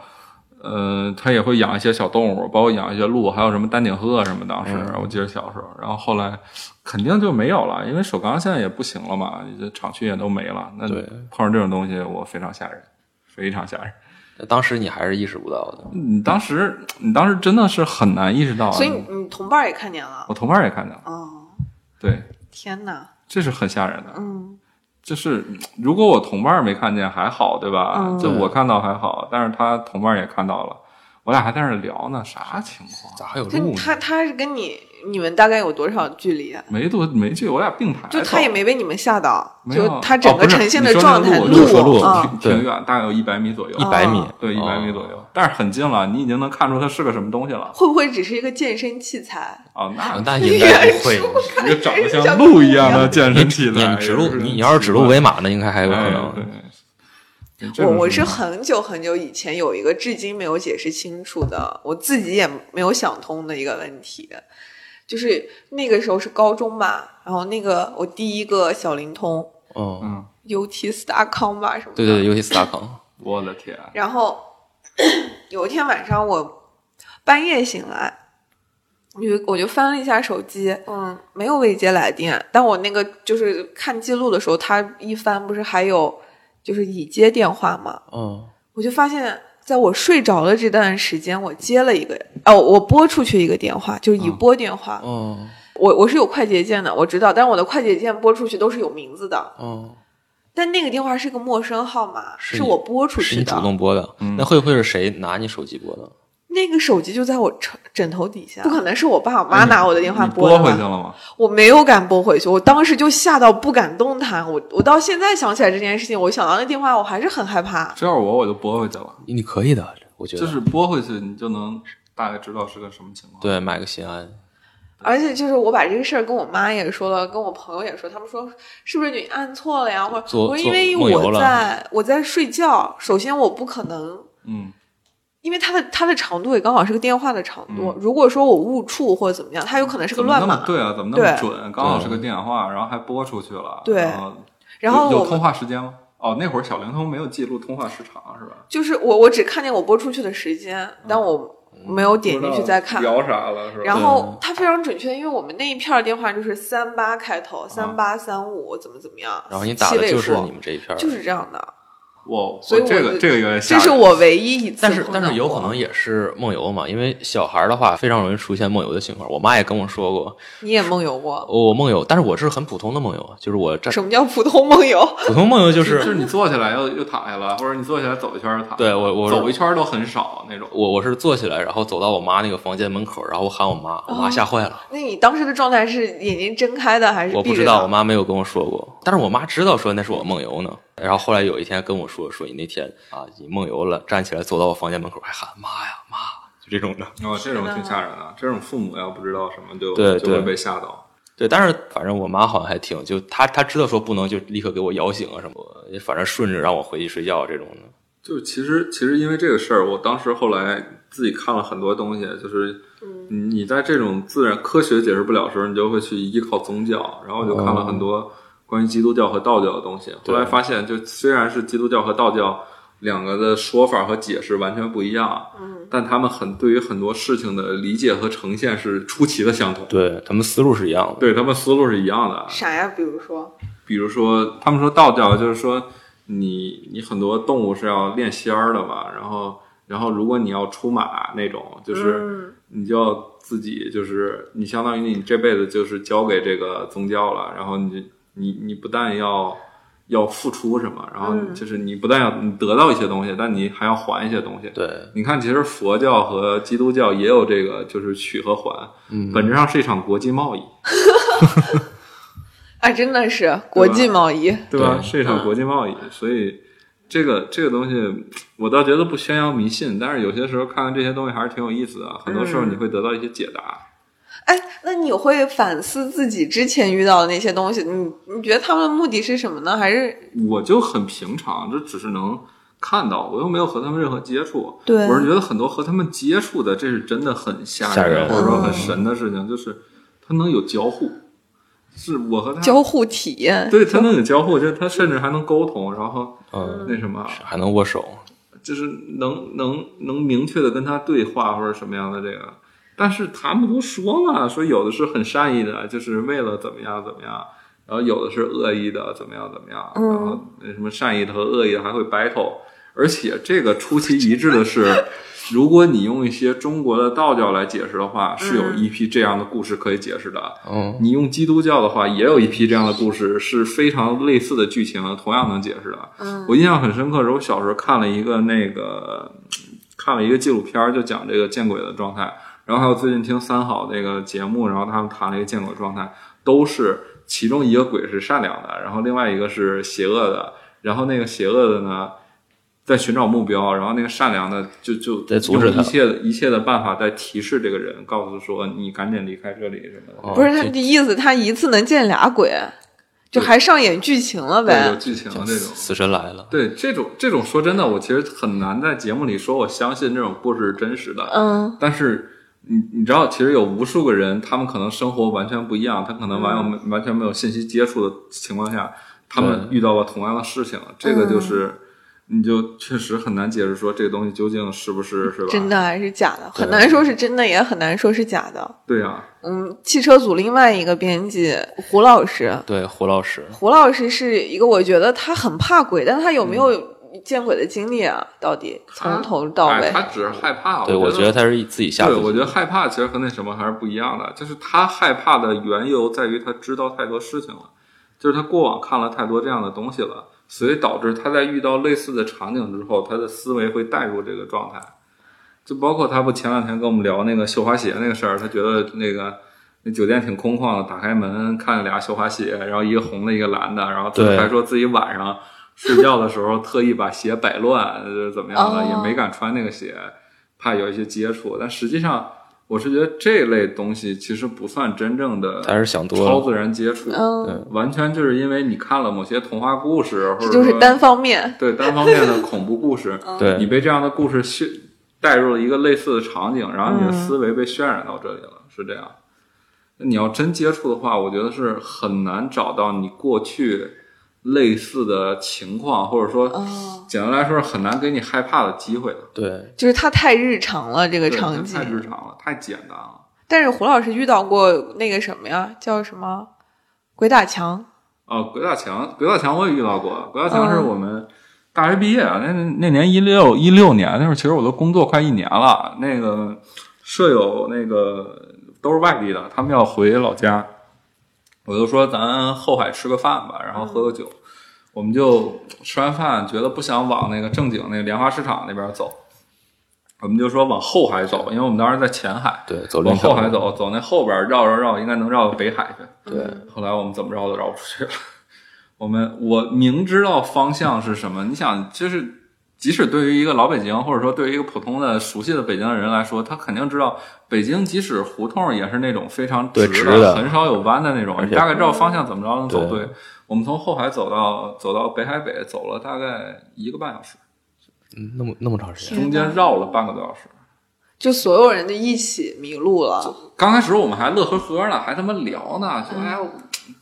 Speaker 3: 呃，它也会养一些小动物，包括养一些鹿，还有什么丹顶鹤什么。当时、
Speaker 1: 嗯
Speaker 3: 我记得小时候，然后后来肯定就没有了，因为首钢现在也不行了嘛，这厂区也都没了。那
Speaker 1: 对
Speaker 3: 碰上这种东西，我非常吓人，非常吓人。
Speaker 1: 当时你还是意识不到的。
Speaker 3: 你当时你当时真的是很难意识到啊，
Speaker 2: 所以你你同伴儿也看见了
Speaker 3: 我同伴也看见了，
Speaker 2: 哦，
Speaker 3: 对，
Speaker 2: 天哪，
Speaker 3: 这是很吓人的。
Speaker 2: 嗯
Speaker 3: 就是如果我同伴没看见还好，对吧？
Speaker 2: 嗯
Speaker 3: 就我看到还好，但是他同伴也看到了，我俩还在那儿聊呢，啥情况？
Speaker 1: 咋还有
Speaker 2: 跟
Speaker 1: 路呢？
Speaker 2: 他他是跟你你们大概有多少距离啊？
Speaker 3: 没多没句，我俩并排走，
Speaker 2: 就他也没被你们吓到，
Speaker 3: 没有
Speaker 2: 就他整
Speaker 3: 哦
Speaker 2: 个
Speaker 3: 不是
Speaker 2: 呈现的
Speaker 3: 你说那
Speaker 2: 状
Speaker 3: 个
Speaker 2: 态，
Speaker 3: 路
Speaker 1: 说路
Speaker 2: 啊，
Speaker 3: 挺
Speaker 1: 对
Speaker 3: 挺远，大概有一百米左右，
Speaker 1: 一百米
Speaker 2: 哦，
Speaker 3: 对，一百米左
Speaker 1: 哦。
Speaker 3: 右，但是很近了，你已经能看出它是个什么东西了
Speaker 2: 会不会只是一个健身器材？
Speaker 3: 啊？那
Speaker 1: 那应该 不会。
Speaker 3: 一个长得像鹿一样的健
Speaker 1: 你
Speaker 3: 身器材，
Speaker 1: 你指路，
Speaker 3: 也是
Speaker 1: 你要是指鹿为马，那应该还有可
Speaker 3: 哎
Speaker 1: 能。
Speaker 3: 对这
Speaker 2: 我
Speaker 3: 种
Speaker 2: 我是
Speaker 3: 情况
Speaker 2: 很久很久以前有一个至今没有解释清楚的，我自己也没有想通的一个问题，就是那个时候是高中吧，然后那个我第一个小灵通
Speaker 1: 嗯，
Speaker 3: 嗯，
Speaker 2: UT Starcom 吧什么的，
Speaker 1: 对对对，尤其斯达康，
Speaker 3: 我的天，啊
Speaker 2: 然后 有一天晚上，我半夜醒来，我就我就翻了一下手机，嗯，没有未接来电。但我那个就是看记录的时候，他一翻不是还有就是已接电话吗？
Speaker 1: 嗯，
Speaker 2: 我就发现，在我睡着的这段时间，我接了一个，哦，我拨出去一个电话，就是已拨电话。
Speaker 1: 嗯哦
Speaker 2: 我我是有快捷键的，我知道，但是我的快捷键拨出去都是有名字的。
Speaker 1: 哦，
Speaker 2: 但那个电话是个陌生号码，
Speaker 1: 是
Speaker 2: 是
Speaker 1: 你
Speaker 2: 我拨出
Speaker 1: 是
Speaker 2: 去
Speaker 1: 你
Speaker 2: 的。
Speaker 1: 主动拨的，那会不会是谁拿你手机拨的？
Speaker 2: 那个手机就在我枕枕头底下，不可能是我爸我妈拿我的电话
Speaker 3: 嗯你
Speaker 2: 拨
Speaker 3: 拨
Speaker 2: 的
Speaker 3: 回
Speaker 2: 吧
Speaker 3: 去了吗？
Speaker 2: 我没有敢拨回去，我当时就吓到不敢动弹。我我到现在想起来这件事情，我想到那电话，我还是很害怕。
Speaker 3: 只要我我就拨回去了，
Speaker 1: 你可以的，我觉得。
Speaker 3: 就是拨回去你就能大概知道是个什么情况。
Speaker 1: 对，买个心安。
Speaker 2: 而且就是我把这个事儿跟我妈也说了，跟我朋友也说，他们说是不是你按错了呀？或者
Speaker 1: 做
Speaker 2: 我
Speaker 1: 做
Speaker 2: 说因为
Speaker 1: 梦游
Speaker 2: 我
Speaker 1: 了
Speaker 2: 在我在睡觉，首先我不可能。
Speaker 3: 嗯，
Speaker 2: 因为它的它的长度也刚好是个电话的长度，
Speaker 3: 嗯
Speaker 2: 如果说我误触或者怎么样，它有可能是个
Speaker 3: 怎么那
Speaker 2: 乱
Speaker 3: 么
Speaker 2: 码。
Speaker 3: 对啊？怎么那么
Speaker 2: 对
Speaker 3: 准？刚好是个电话，然后还拨出去了。
Speaker 2: 对
Speaker 3: 然后
Speaker 2: 然后
Speaker 3: 有
Speaker 2: 我
Speaker 3: 有
Speaker 2: 们
Speaker 3: 通话时间吗？哦，那会儿小灵通没有记录通话时长是吧？
Speaker 2: 就是我我只看见我播出去的时间，但我
Speaker 3: 嗯
Speaker 2: 没有点进去再看。
Speaker 3: 聊啥了是吧？
Speaker 2: 然后它非常准确，因为我们那一片儿电话就是三八开
Speaker 3: 啊
Speaker 2: 头，三八三五怎么怎么样，
Speaker 1: 然后你打的就是你们这一片儿，
Speaker 2: 七位数，就是这样的。
Speaker 3: 我
Speaker 2: 所以
Speaker 3: 我
Speaker 2: 我
Speaker 3: 哦这个
Speaker 2: 就
Speaker 3: 这个有点吓
Speaker 2: 这
Speaker 3: 人，
Speaker 2: 是我唯一一次
Speaker 1: 但是
Speaker 2: 碰到过，
Speaker 1: 但是有可能也是梦游嘛，因为小孩儿的话非常容易出现梦游的情况。我妈也跟我说过，
Speaker 2: 你也梦游过。
Speaker 1: 我梦游，但是我是很普通的梦游，就是我站
Speaker 2: 什么叫普通梦游？
Speaker 1: 普通梦游就
Speaker 3: 就是
Speaker 1: 是
Speaker 3: 你坐起来又又躺下了，或者你坐起来走一圈儿躺下了。
Speaker 1: 对我我
Speaker 3: 走一圈儿都很少那种。
Speaker 1: 我我是坐起来，然后走到我妈那个房间门口，然后我喊我妈，我妈
Speaker 2: 哦
Speaker 1: 吓坏了。
Speaker 2: 那你当时的状态是眼睛睁开的还是
Speaker 1: 我
Speaker 2: 闭
Speaker 1: 不
Speaker 2: 着
Speaker 1: 知
Speaker 2: 的？
Speaker 1: 道，我妈没有跟我说过，但是我妈知道说那是我梦游呢。然后后来有一天跟我说，说你那天啊，你梦游了，站起来走到我房间门口还喊妈呀妈，就这种的。
Speaker 3: 哦，这种挺吓人的，这种父母要不知道什么就
Speaker 1: 对
Speaker 3: 就会
Speaker 1: 对
Speaker 3: 被吓到。
Speaker 1: 对，但是反正我妈好像还挺，就她她知道说不能就立刻给我摇醒啊什么，也反正顺着让我回去睡觉这种的。
Speaker 3: 就其实其实因为这个事儿，我当时后来自己看了很多东西，就是你你在这种自然科学解释不了的时候，你就会去依靠宗教，然后我就看了很多关于基督教和道教的东西。后
Speaker 1: 哦对
Speaker 3: 来发现，就虽然是基督教和道教两个的说法和解释完全不一样，嗯，但他们很对于很多事情的理解和呈现是出奇的相同，
Speaker 1: 对他们思路是一样的。
Speaker 3: 对他们思路是一样的。
Speaker 2: 啥呀？比如说，
Speaker 3: 比如说，他们说道教就是说你你很多动物是要练仙儿的嘛，然后然后如果你要出马那种，就是
Speaker 2: 嗯，
Speaker 3: 你就要自己就是你相当于你这辈子就是交给这个宗教了，然后你你你不但要要付出什么，然后
Speaker 2: 嗯
Speaker 3: 就是你不但要你得到一些东西，但你还要还一些东西。
Speaker 1: 对，
Speaker 3: 你看，其实佛教和基督教也有这个，就是取和还，本质上是一场国际贸易。
Speaker 2: 哎，真的是国际贸易。
Speaker 3: 对吧？
Speaker 1: 对
Speaker 3: 是一场国际贸易，所以这个这个东西，我倒觉得不宣扬迷信，但是有些时候看看这些东西还是挺有意思的。啊很多时候你会得到一些解答。
Speaker 2: 哎，那你会反思自己之前遇到的那些东西，你你觉得他们的目的是什么呢？还是
Speaker 3: 我就很平常，这只是能看到，我又没有和他们任何接触。
Speaker 2: 对
Speaker 3: 我是觉得很多和他们接触的，这是真的很吓人，
Speaker 1: 吓人
Speaker 3: 或者说很神的事情，就是他能有交互，是我和他
Speaker 2: 交互体验？
Speaker 3: 对他能有交互，就是他甚至还能沟通，然后
Speaker 1: 嗯，
Speaker 3: 那什么。啊
Speaker 1: 还能握手。
Speaker 3: 就是能能能明确的跟他对话或者什么样的这个，但是他们都说了，说有的是很善意的，就是为了怎么样怎么样，然后有的是恶意的，怎么样怎么样，然后那什么善意的和恶意的还会 battle，而且这个出其一致的是，如果你用一些中国的道教来解释的话，是有一批这样的故事可以解释的。
Speaker 1: 嗯，
Speaker 3: 你用基督教的话，也有一批这样的故事，是非常类似的剧情，同样能解释的。
Speaker 2: 嗯
Speaker 3: 我印象很深刻，是我小时候看了一个那个看了一个纪录片儿，就讲这个见鬼的状态。然后还有最近听三好那个节目，然后他们谈了一个见鬼状态，都是其中一个鬼是善良的，然后另外一个是邪恶的，然后那个邪恶的呢在寻找目标，然后那个善良的就就
Speaker 1: 在阻止
Speaker 3: 用
Speaker 1: 他
Speaker 3: 一切的一切的办法在提示这个人，告诉说你赶紧离开这里什么的。
Speaker 1: 哦
Speaker 2: 不是他
Speaker 1: 这
Speaker 2: 的意思，他一次能见俩鬼，就还上演剧情了
Speaker 3: 对，有
Speaker 2: 呗。
Speaker 3: 剧情的这种。
Speaker 1: 死神来了，
Speaker 3: 对这种这种说真的，我其实很难在节目里说我相信这种故事是真实的。
Speaker 2: 嗯，
Speaker 3: 但是你你知道，其实有无数个人，他们可能生活完全不一样，他可能完有、
Speaker 2: 嗯
Speaker 3: 完全没有信息接触的情况下，他们遇到了同样的事情，这个
Speaker 2: 嗯
Speaker 3: 就是。你就确实很难解释说这个东西究竟是不是是吧？
Speaker 2: 嗯真的还是假的，很难说是真的，也很难说是假的。
Speaker 3: 对啊，
Speaker 2: 嗯，汽车组另外一个编辑胡老师，
Speaker 1: 对胡老师，
Speaker 2: 胡老师是一个我觉得他很怕鬼，但他有没有见鬼的经历啊？到底从头到尾？
Speaker 3: 嗯哎他只是害怕。
Speaker 1: 对我
Speaker 3: 我
Speaker 1: 觉得他是自己吓
Speaker 3: 对，
Speaker 1: 自
Speaker 3: 我
Speaker 1: 己，
Speaker 3: 觉得害怕其实和那什么还是不一样的，就是他害怕的缘由在于他知道太多事情了，就是他过往看了太多这样的东西了，所以导致他在遇到类似的场景之后，他的思维会带入这个状态。就包括他不前两天跟我们聊那个绣花鞋那个事儿，他觉得那个那酒店挺空旷的，打开门看见俩绣花鞋，然后一个红的，一个蓝的，然后他
Speaker 1: 对
Speaker 3: 还说自己晚上睡觉的时候特意把鞋摆乱，就是怎么样的，
Speaker 2: 哦
Speaker 3: 也没敢穿那个鞋，怕有一些接触。但实际上，我是觉得这类东西其实不算真正的
Speaker 1: 他是想多
Speaker 3: 超
Speaker 1: 了，
Speaker 3: 自然接触，
Speaker 2: 嗯，
Speaker 3: 完全就是因为你看了某些童话故事，或
Speaker 2: 这
Speaker 3: 者
Speaker 2: 就是
Speaker 3: 说
Speaker 2: 单嗯方面。
Speaker 3: 对单方面的恐怖故事，
Speaker 1: 对
Speaker 3: 你被这样的故事渲带入了一个类似的场景，然后
Speaker 2: 嗯
Speaker 3: 你的思维被渲染到这里了，是这样。那你要真接触的话，我觉得是很难找到你过去类似的情况，或者说，
Speaker 2: 哦
Speaker 3: 简单来说是很难给你害怕的机会的。
Speaker 1: 对，
Speaker 2: 就是他太日常了，这个
Speaker 3: 对
Speaker 2: 场
Speaker 3: 太
Speaker 2: 景。
Speaker 3: 日常了，太简单了。
Speaker 2: 但是胡老师遇到过那个什么呀，叫什么鬼打墙？
Speaker 3: 哦，鬼打墙，鬼打墙我也遇到过。鬼打墙是
Speaker 2: 嗯
Speaker 3: 我们大学毕业啊，那那年一六一六年那会儿，其实我都工作快一年了。那个舍友那个都是外地的，他们要回老家，我就说咱后海吃个饭吧，然后喝
Speaker 2: 嗯
Speaker 3: 个酒。我们就吃完饭，觉得不想往那个正经那个莲花市场那边走，我们就说往后海走，因为我们当时在前海，
Speaker 1: 对走
Speaker 3: 往
Speaker 1: 轮
Speaker 3: 后
Speaker 1: 船
Speaker 3: 海走，走那后边绕绕绕，应该能绕到北海去。
Speaker 1: 对，
Speaker 2: 嗯
Speaker 3: 后来我们怎么绕都绕不出去了。我们我明知道方向是什么，你想，就是即使对于一个老北京，或者说对于一个普通的熟悉的北京的人来说，他肯定知道北京，即使胡同也是那种非常
Speaker 1: 对
Speaker 3: 直
Speaker 1: 直的
Speaker 3: 很少有弯的那种，
Speaker 1: 而且
Speaker 3: 你大概知道方向怎么着能走
Speaker 1: 对
Speaker 3: 对。我们从后海走到走到北海北，走了大概一个半小时，
Speaker 1: 嗯那么那么长时间，
Speaker 3: 中间绕了半个多小时。
Speaker 2: 就所有人就一起迷路了。
Speaker 3: 刚开始我们还乐呵呵呢，还他妈聊呢，说哎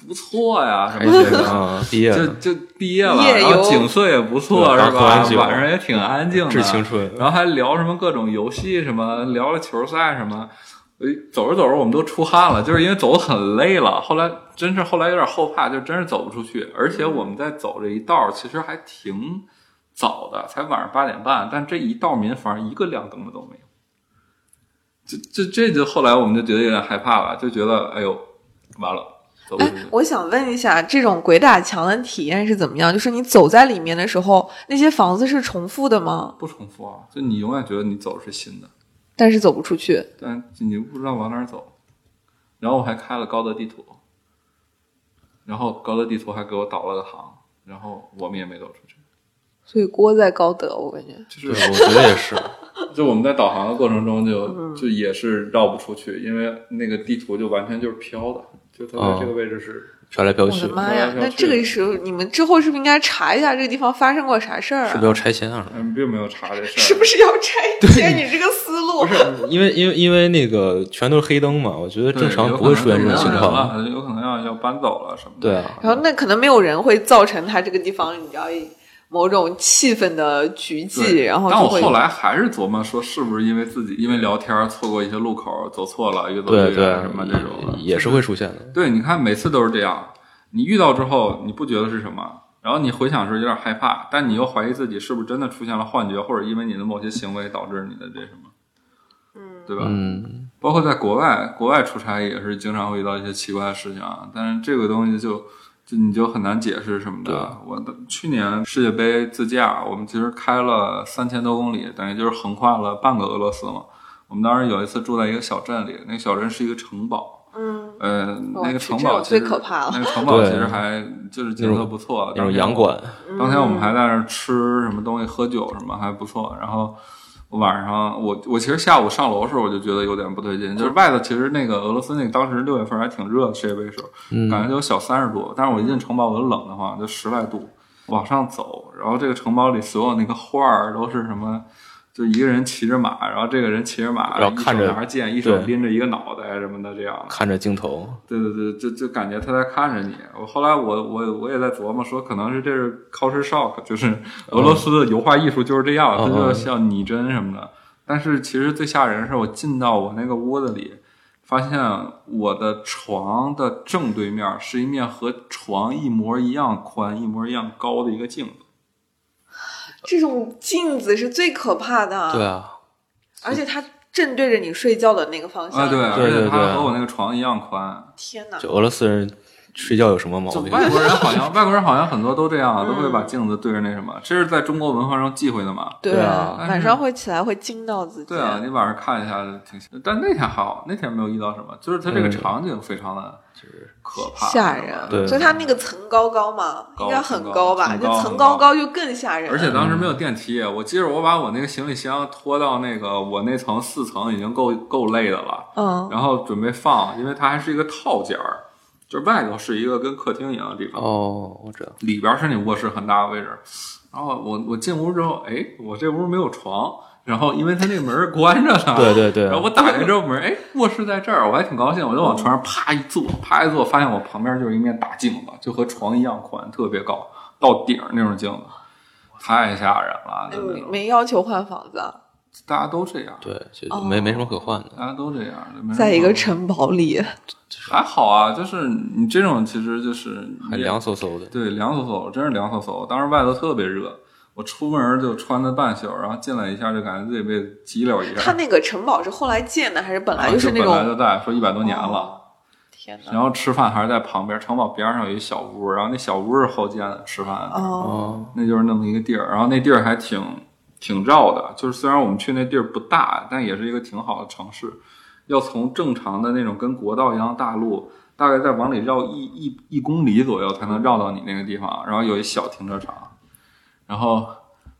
Speaker 3: 不错呀什么这个。
Speaker 1: 啊，毕业
Speaker 3: 就
Speaker 1: 了，
Speaker 3: 就毕业了，
Speaker 2: 夜游
Speaker 3: 然后景色也不错，
Speaker 1: 对刚
Speaker 3: 是
Speaker 1: 喝
Speaker 3: 吧
Speaker 1: 完？酒
Speaker 3: 晚上也挺安静的，
Speaker 1: 致青春
Speaker 3: 然后还聊什么各种游戏什么，聊了球赛什么。哎，走着走着我们都出汗了，就是因为走的很累了。后来真是后来有点后怕，就真是走不出去。而且我们在走这一道儿，其实还挺早的，才晚上八点半，但这一道民房一个亮灯的都没有。这这这就后来我们就觉得有点害怕了，就觉得哎呦完了，走不出
Speaker 2: 哎
Speaker 3: 去。，
Speaker 2: 我想问一下，这种鬼打墙的体验是怎么样？就是你走在里面的时候，那些房子是重复的吗？
Speaker 3: 不重复啊，就你永远觉得你走的是新的，
Speaker 2: 但是走不出去。
Speaker 3: 但你又不知道往哪儿走。然后我还开了高德地图，然后高德地图还给我导了个航，然后我们也没走出去。
Speaker 2: 所以锅在高德，我感觉。
Speaker 1: 对，
Speaker 3: 就
Speaker 1: 我
Speaker 3: 是
Speaker 1: 觉得也 是，
Speaker 3: 就我们在导航的过程中就就也是绕不出去，因为那个地图就完全就是飘的，就它
Speaker 1: 哦
Speaker 3: 在这个位置是。
Speaker 1: 飘来飘
Speaker 2: 我
Speaker 1: 去，
Speaker 2: 的
Speaker 1: 是
Speaker 2: 妈呀！那这个时候你们之后是不是应该查一下这个地方发生过啥事儿、
Speaker 1: 不
Speaker 2: 啊？
Speaker 1: 是要拆迁啊？
Speaker 3: 嗯，并没有查这事儿，
Speaker 2: 是不是要拆解你这个思路？
Speaker 1: 因为因为因为那个全都是黑灯嘛，我觉得
Speaker 3: 对
Speaker 1: 正常不会出现这种情况。，啊
Speaker 3: 有可能要人了有可能要要搬走了什么的。
Speaker 1: 对啊，
Speaker 2: 然后那可能没有人会造成他这个地方，你知道某种气氛的局
Speaker 3: 对，
Speaker 2: 气，然后
Speaker 3: 但
Speaker 2: 就
Speaker 3: 我
Speaker 2: 会
Speaker 3: 后来还是琢磨说，是不是因为自己因为聊天儿错过一些路口，走错了，越走越
Speaker 1: 对
Speaker 3: 远什么这种啊
Speaker 1: 对，。也是会出现的。
Speaker 3: 对，你看每次都是这样，你遇到之后你不觉得是什么？然后你回想时有点害怕，但你又怀疑自己是不是真的出现了幻觉，或者因为你的某些行为导致你的这什么，嗯，对吧？
Speaker 1: 嗯，
Speaker 3: 包括在国外，国外出差也是经常会遇到一些奇怪的事情啊。但是这个东西就就你就很难解释什么的。我的去年世界杯自驾，我们其实开了三千多公里，等于就是横跨了半个俄罗斯嘛。我们当时有一次住在一个小镇里，那个小镇是一个城堡，
Speaker 2: 嗯，
Speaker 3: 呃，
Speaker 2: 哇
Speaker 3: 那个城
Speaker 2: 这
Speaker 3: 堡
Speaker 2: 种
Speaker 3: 其实
Speaker 2: 最可怕了
Speaker 3: 那个城堡
Speaker 1: 对
Speaker 3: 其实还就是景色不错，
Speaker 1: 那种
Speaker 3: 当天
Speaker 1: 洋馆，
Speaker 3: 当天我们还在那儿吃什么东西、喝酒什么，还不错。然后晚上我我其实下午上楼的时候我就觉得有点不对劲，就是外头其实那个俄罗斯那个当时六月份还挺热的，世界杯时候，
Speaker 1: 嗯
Speaker 3: 感觉就有小三十度，但是我一进城堡我就冷得慌，就十来度。往上走，然后这个城堡里所有那个画儿都是什么？就一个人骑着马，然后这个人骑着马，
Speaker 1: 然后看着
Speaker 3: 一手拿着剑，一手
Speaker 1: 对
Speaker 3: 拎着一个脑袋什么的，这样的。
Speaker 1: 看着镜头，
Speaker 3: 对对对，就就感觉他在看着你。我后来我我我也在琢磨说，可能是这是 culture shock，就是俄罗斯的油画艺术就是这样，它
Speaker 1: 嗯
Speaker 3: 就
Speaker 1: 嗯
Speaker 3: 像拟真什么的。但是其实最吓人的是，我进到我那个屋子里，发现我的床的正对面是一面和床一模一样宽、一模一样高的一个镜子。
Speaker 2: 这种镜子是最可怕的，
Speaker 1: 对，啊，
Speaker 2: 而且它正对着你睡觉的那个方向，
Speaker 3: 啊，对，而
Speaker 1: 对对
Speaker 3: 且它
Speaker 1: 对
Speaker 3: 和我那个床一样宽。
Speaker 2: 天哪，
Speaker 1: 就俄罗斯人睡觉有什么毛
Speaker 3: 就
Speaker 1: 病？
Speaker 3: 外国人好 像外国人好像很多都这样，都会把镜子对着那什么，这是在中国文化中忌讳的嘛？
Speaker 2: 对
Speaker 1: 对啊
Speaker 2: 晚上会起来会惊到自己，
Speaker 3: 哎对啊，你晚上看一下挺，但那天还好，那天没有遇到什么，就是它这个
Speaker 1: 嗯
Speaker 3: 场景非常的可怕，
Speaker 2: 吓人，啊
Speaker 1: 对
Speaker 2: 所以它那个层高高嘛，
Speaker 3: 高
Speaker 2: 应该很
Speaker 3: 层高
Speaker 2: 吧？
Speaker 3: 层
Speaker 2: 就
Speaker 3: 高
Speaker 2: 层
Speaker 3: 很
Speaker 2: 高
Speaker 3: 高
Speaker 2: 高就更吓人了，
Speaker 3: 而且当时没有电梯，啊我记着我把我那个行李箱拖到那个我那层四层已经够够累的了，
Speaker 2: 嗯，
Speaker 3: 然后准备放，因为它还是一个套间儿，就是外头是一个跟客厅一样的地方，
Speaker 1: 哦，我知道，
Speaker 3: 里边是你卧室很大的位置。然后我我进屋之后，哎，我这屋没有床，然后因为它那个门儿关着呢，
Speaker 1: 对对对
Speaker 3: 然后我打开之后门，哎，卧室在这儿，我还挺高兴，我就往床上啪一坐，啪一坐，发现我旁边就是一面大镜子，就和床一样宽，特别高，到顶儿那种镜子，太吓人了，就那
Speaker 2: 嗯
Speaker 3: 种
Speaker 2: 没要求换房子啊，
Speaker 3: 大家都这样，
Speaker 1: 对，就
Speaker 2: 哦
Speaker 1: 没没什么可换的，
Speaker 3: 大家都这样，没人
Speaker 2: 在一个
Speaker 3: 管
Speaker 2: 城堡里，
Speaker 3: 还好啊，就是你这种其实就是
Speaker 1: 还
Speaker 3: 你也
Speaker 1: 凉飕飕的，
Speaker 3: 对，凉飕飕，真是凉飕飕。当时外头特别热，我出门就穿的半袖，然后进来一下就感觉自己被激溜一
Speaker 2: 它
Speaker 3: 下。
Speaker 2: 那个城堡是后来建的，还是本来
Speaker 3: 啊就是
Speaker 2: 那
Speaker 3: 本来
Speaker 2: 种？哦
Speaker 3: 就在说一百多年了，
Speaker 2: 天哪！
Speaker 3: 然后吃饭还是在旁边城堡边上有一小屋，然后那小屋是后建的吃饭，
Speaker 2: 哦，
Speaker 1: 哦，
Speaker 3: 那就是那么一个地儿，然后那地儿还挺挺绕的，就是虽然我们去那地儿不大，但也是一个挺好的城市。要从正常的那种跟国道一样的大路，大概再往里绕一一一公里左右才能绕到你那个地方，然后有一小停车场，然后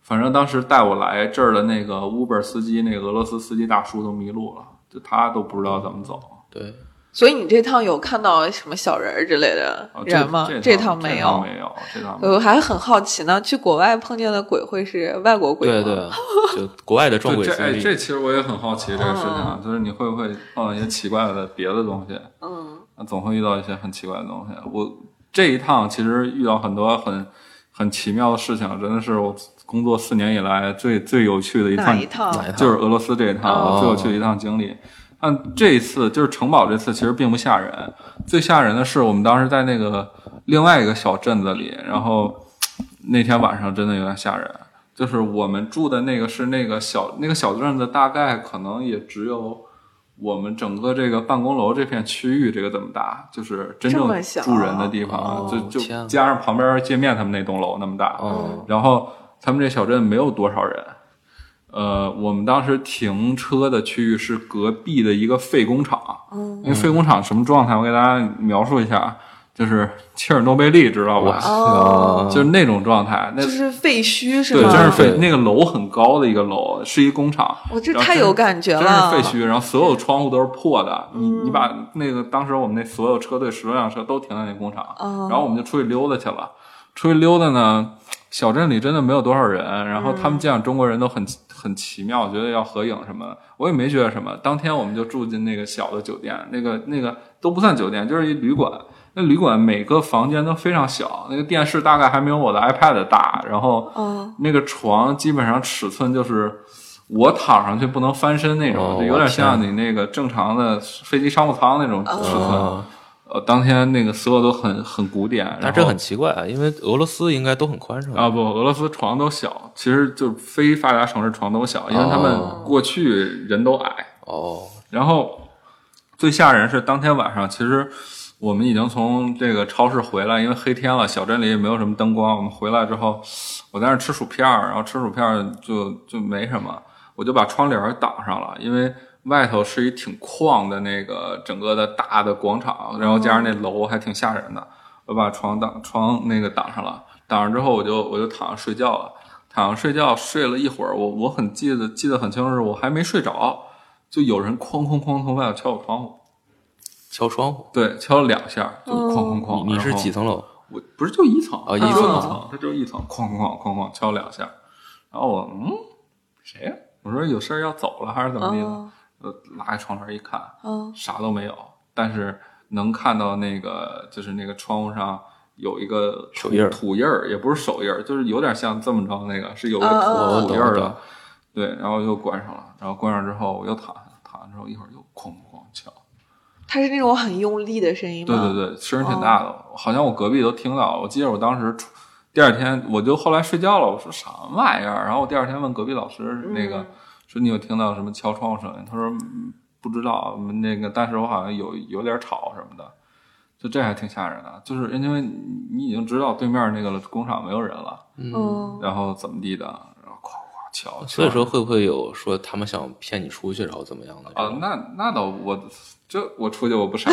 Speaker 3: 反正当时带我来这儿的那个 Uber 司机，那个俄罗斯司机大叔都迷路了，就他都不知道怎么走。
Speaker 1: 对，
Speaker 2: 所以你这趟有看到什么小人儿之类的
Speaker 3: 啊、这
Speaker 2: 人吗？
Speaker 3: 这
Speaker 2: 趟
Speaker 3: 没
Speaker 2: 没有。
Speaker 3: 没有，这趟没有。
Speaker 2: 我还很好奇呢，去国外碰见的鬼会是外国鬼
Speaker 1: 对
Speaker 2: 吗？
Speaker 1: 对，啊就国外的撞鬼
Speaker 3: 对这哎，
Speaker 1: 经
Speaker 3: 这
Speaker 1: 历，
Speaker 3: 其实我也很好奇这个事情啊，就是你会不会碰到一些奇怪的别的东西？
Speaker 2: 嗯，
Speaker 3: 啊总会遇到一些很奇怪的东西。我这一趟其实遇到很多很很奇妙的事情，真的是我工作四年以来最最有趣的一
Speaker 2: 哪
Speaker 3: 趟，
Speaker 2: 一趟？
Speaker 1: 哪一趟
Speaker 3: 就是俄罗斯这一趟、
Speaker 1: 哦
Speaker 3: 最有趣的一趟经历。但这一次就是城堡这次其实并不吓人，最吓人的是我们当时在那个另外一个小镇子里，然后那天晚上真的有点吓人。就是我们住的那个是那个小那个小镇子，大概可能也只有我们整个这个办公楼这片区域这个这么大，就是真正
Speaker 2: 这么小
Speaker 3: 住人的地方，
Speaker 2: 哦
Speaker 3: 就
Speaker 1: 天
Speaker 3: 就
Speaker 1: 啊
Speaker 3: 加上旁边界面他们那栋楼那么大。
Speaker 1: 哦，
Speaker 3: 然后他们这小镇没有多少人，呃，我们当时停车的区域是隔壁的一个废工厂。
Speaker 2: 哦
Speaker 3: 嗯，那个废工厂什么状态？我给大家描述一下，就是切尔诺贝利，知道吧？
Speaker 2: 哦
Speaker 3: 就是那种状态，那
Speaker 2: 就是废墟是
Speaker 3: 对，
Speaker 2: 吗？
Speaker 3: 真是废
Speaker 1: 对，
Speaker 3: 那个楼很高的一个楼，是一工厂。
Speaker 2: 我这
Speaker 3: 然后
Speaker 2: 太
Speaker 3: 真
Speaker 2: 有感觉
Speaker 3: 真
Speaker 2: 了
Speaker 3: 是废墟，然后所有窗户都是破的。你你把那个当时我们那所有车队十多辆车都停在那工厂，
Speaker 2: 哦
Speaker 3: 然后我们就出去溜达去了。出去溜达呢，小镇里真的没有多少人，然后
Speaker 2: 嗯
Speaker 3: 他们见到中国人都很很奇妙，觉得要合影什么的，我也没觉得什么。当天我们就住进那个小的酒店，那个那个都不算酒店，就是一旅馆。那旅馆每个房间都非常小，那个电视大概还没有我的 iPad 大，然后
Speaker 2: 哦
Speaker 3: 那个床基本上尺寸就是我躺上去不能翻身那
Speaker 1: 哦
Speaker 3: 种，就有点
Speaker 1: 我天
Speaker 3: 像你那个正常的飞机商务舱那种尺寸。
Speaker 1: 哦
Speaker 3: 呃，当天那个所有都很很古典，然
Speaker 1: 但
Speaker 3: 后
Speaker 1: 这很奇怪啊，因为俄罗斯应该都很宽敞
Speaker 3: 啊，不，俄罗斯床都小，其实就是非发达城市床都小，因为他
Speaker 1: 哦
Speaker 3: 们过去人都矮。
Speaker 1: 哦，
Speaker 3: 然后最吓人是当天晚上，其实我们已经从这个超市回来，因为黑天了，小镇里也没有什么灯光。我们回来之后，我在那儿吃薯片儿，然后吃薯片儿就就没什么，我就把窗帘儿挡上了，因为。外头是一挺旷的那个整个的大的广场，然后加上那楼还挺吓人的，我把床挡窗那个挡上了，挡上之后我就我就躺着睡觉了，躺着睡觉睡了一会儿，我我很记得记得很清楚，是我还没睡着，就有人哐哐哐从外头敲我窗户，
Speaker 1: 敲窗户，
Speaker 3: 对，敲了两下，就
Speaker 2: 哦
Speaker 3: 哐哐哐。
Speaker 1: 你你是
Speaker 3: 然后
Speaker 1: 几？层楼？
Speaker 3: 我不是就一层啊
Speaker 1: 哦一
Speaker 3: 就
Speaker 1: 层
Speaker 3: 一层，它就一层，哐哐哐哐敲两下，然后我嗯，谁呀、我说有事儿要走了还是怎么地
Speaker 2: 哦
Speaker 3: 呢？呃，拉开窗帘一看，
Speaker 2: 嗯，
Speaker 3: 啥都没有，但是能看到那个就是那个窗户上有一个土
Speaker 1: 手印儿
Speaker 3: 土印儿也不是手印儿，就是有点像这么着那个，是有个
Speaker 2: 啊啊啊
Speaker 3: 土土印
Speaker 1: 哦我
Speaker 3: 儿
Speaker 1: 懂我懂
Speaker 3: 的。对，然后又关上了，然后关上之后我又躺下，躺上之后一会儿又哐哐敲，
Speaker 2: 它是那种很用力的声音
Speaker 3: 对
Speaker 2: 吗？
Speaker 3: 对对，声儿挺大的，好像我隔壁都听到了。我记得我当时出第二天我就后来睡觉了，我说什么玩意儿？然后我第二天问隔壁老师那个、说你有听到什么敲窗户声音？他说嗯不知道，嗯那个但是我好像有有点吵什么的，就这还挺吓人的。就是因为你已经知道对面那个工厂没有人了，
Speaker 2: 嗯，
Speaker 3: 然后怎么地的，然后咵咵敲，
Speaker 1: 所以说会不会有说他们想骗你出去，然后怎么样的这
Speaker 3: 啊，
Speaker 1: 种？
Speaker 3: 那那倒我这我出去我不傻。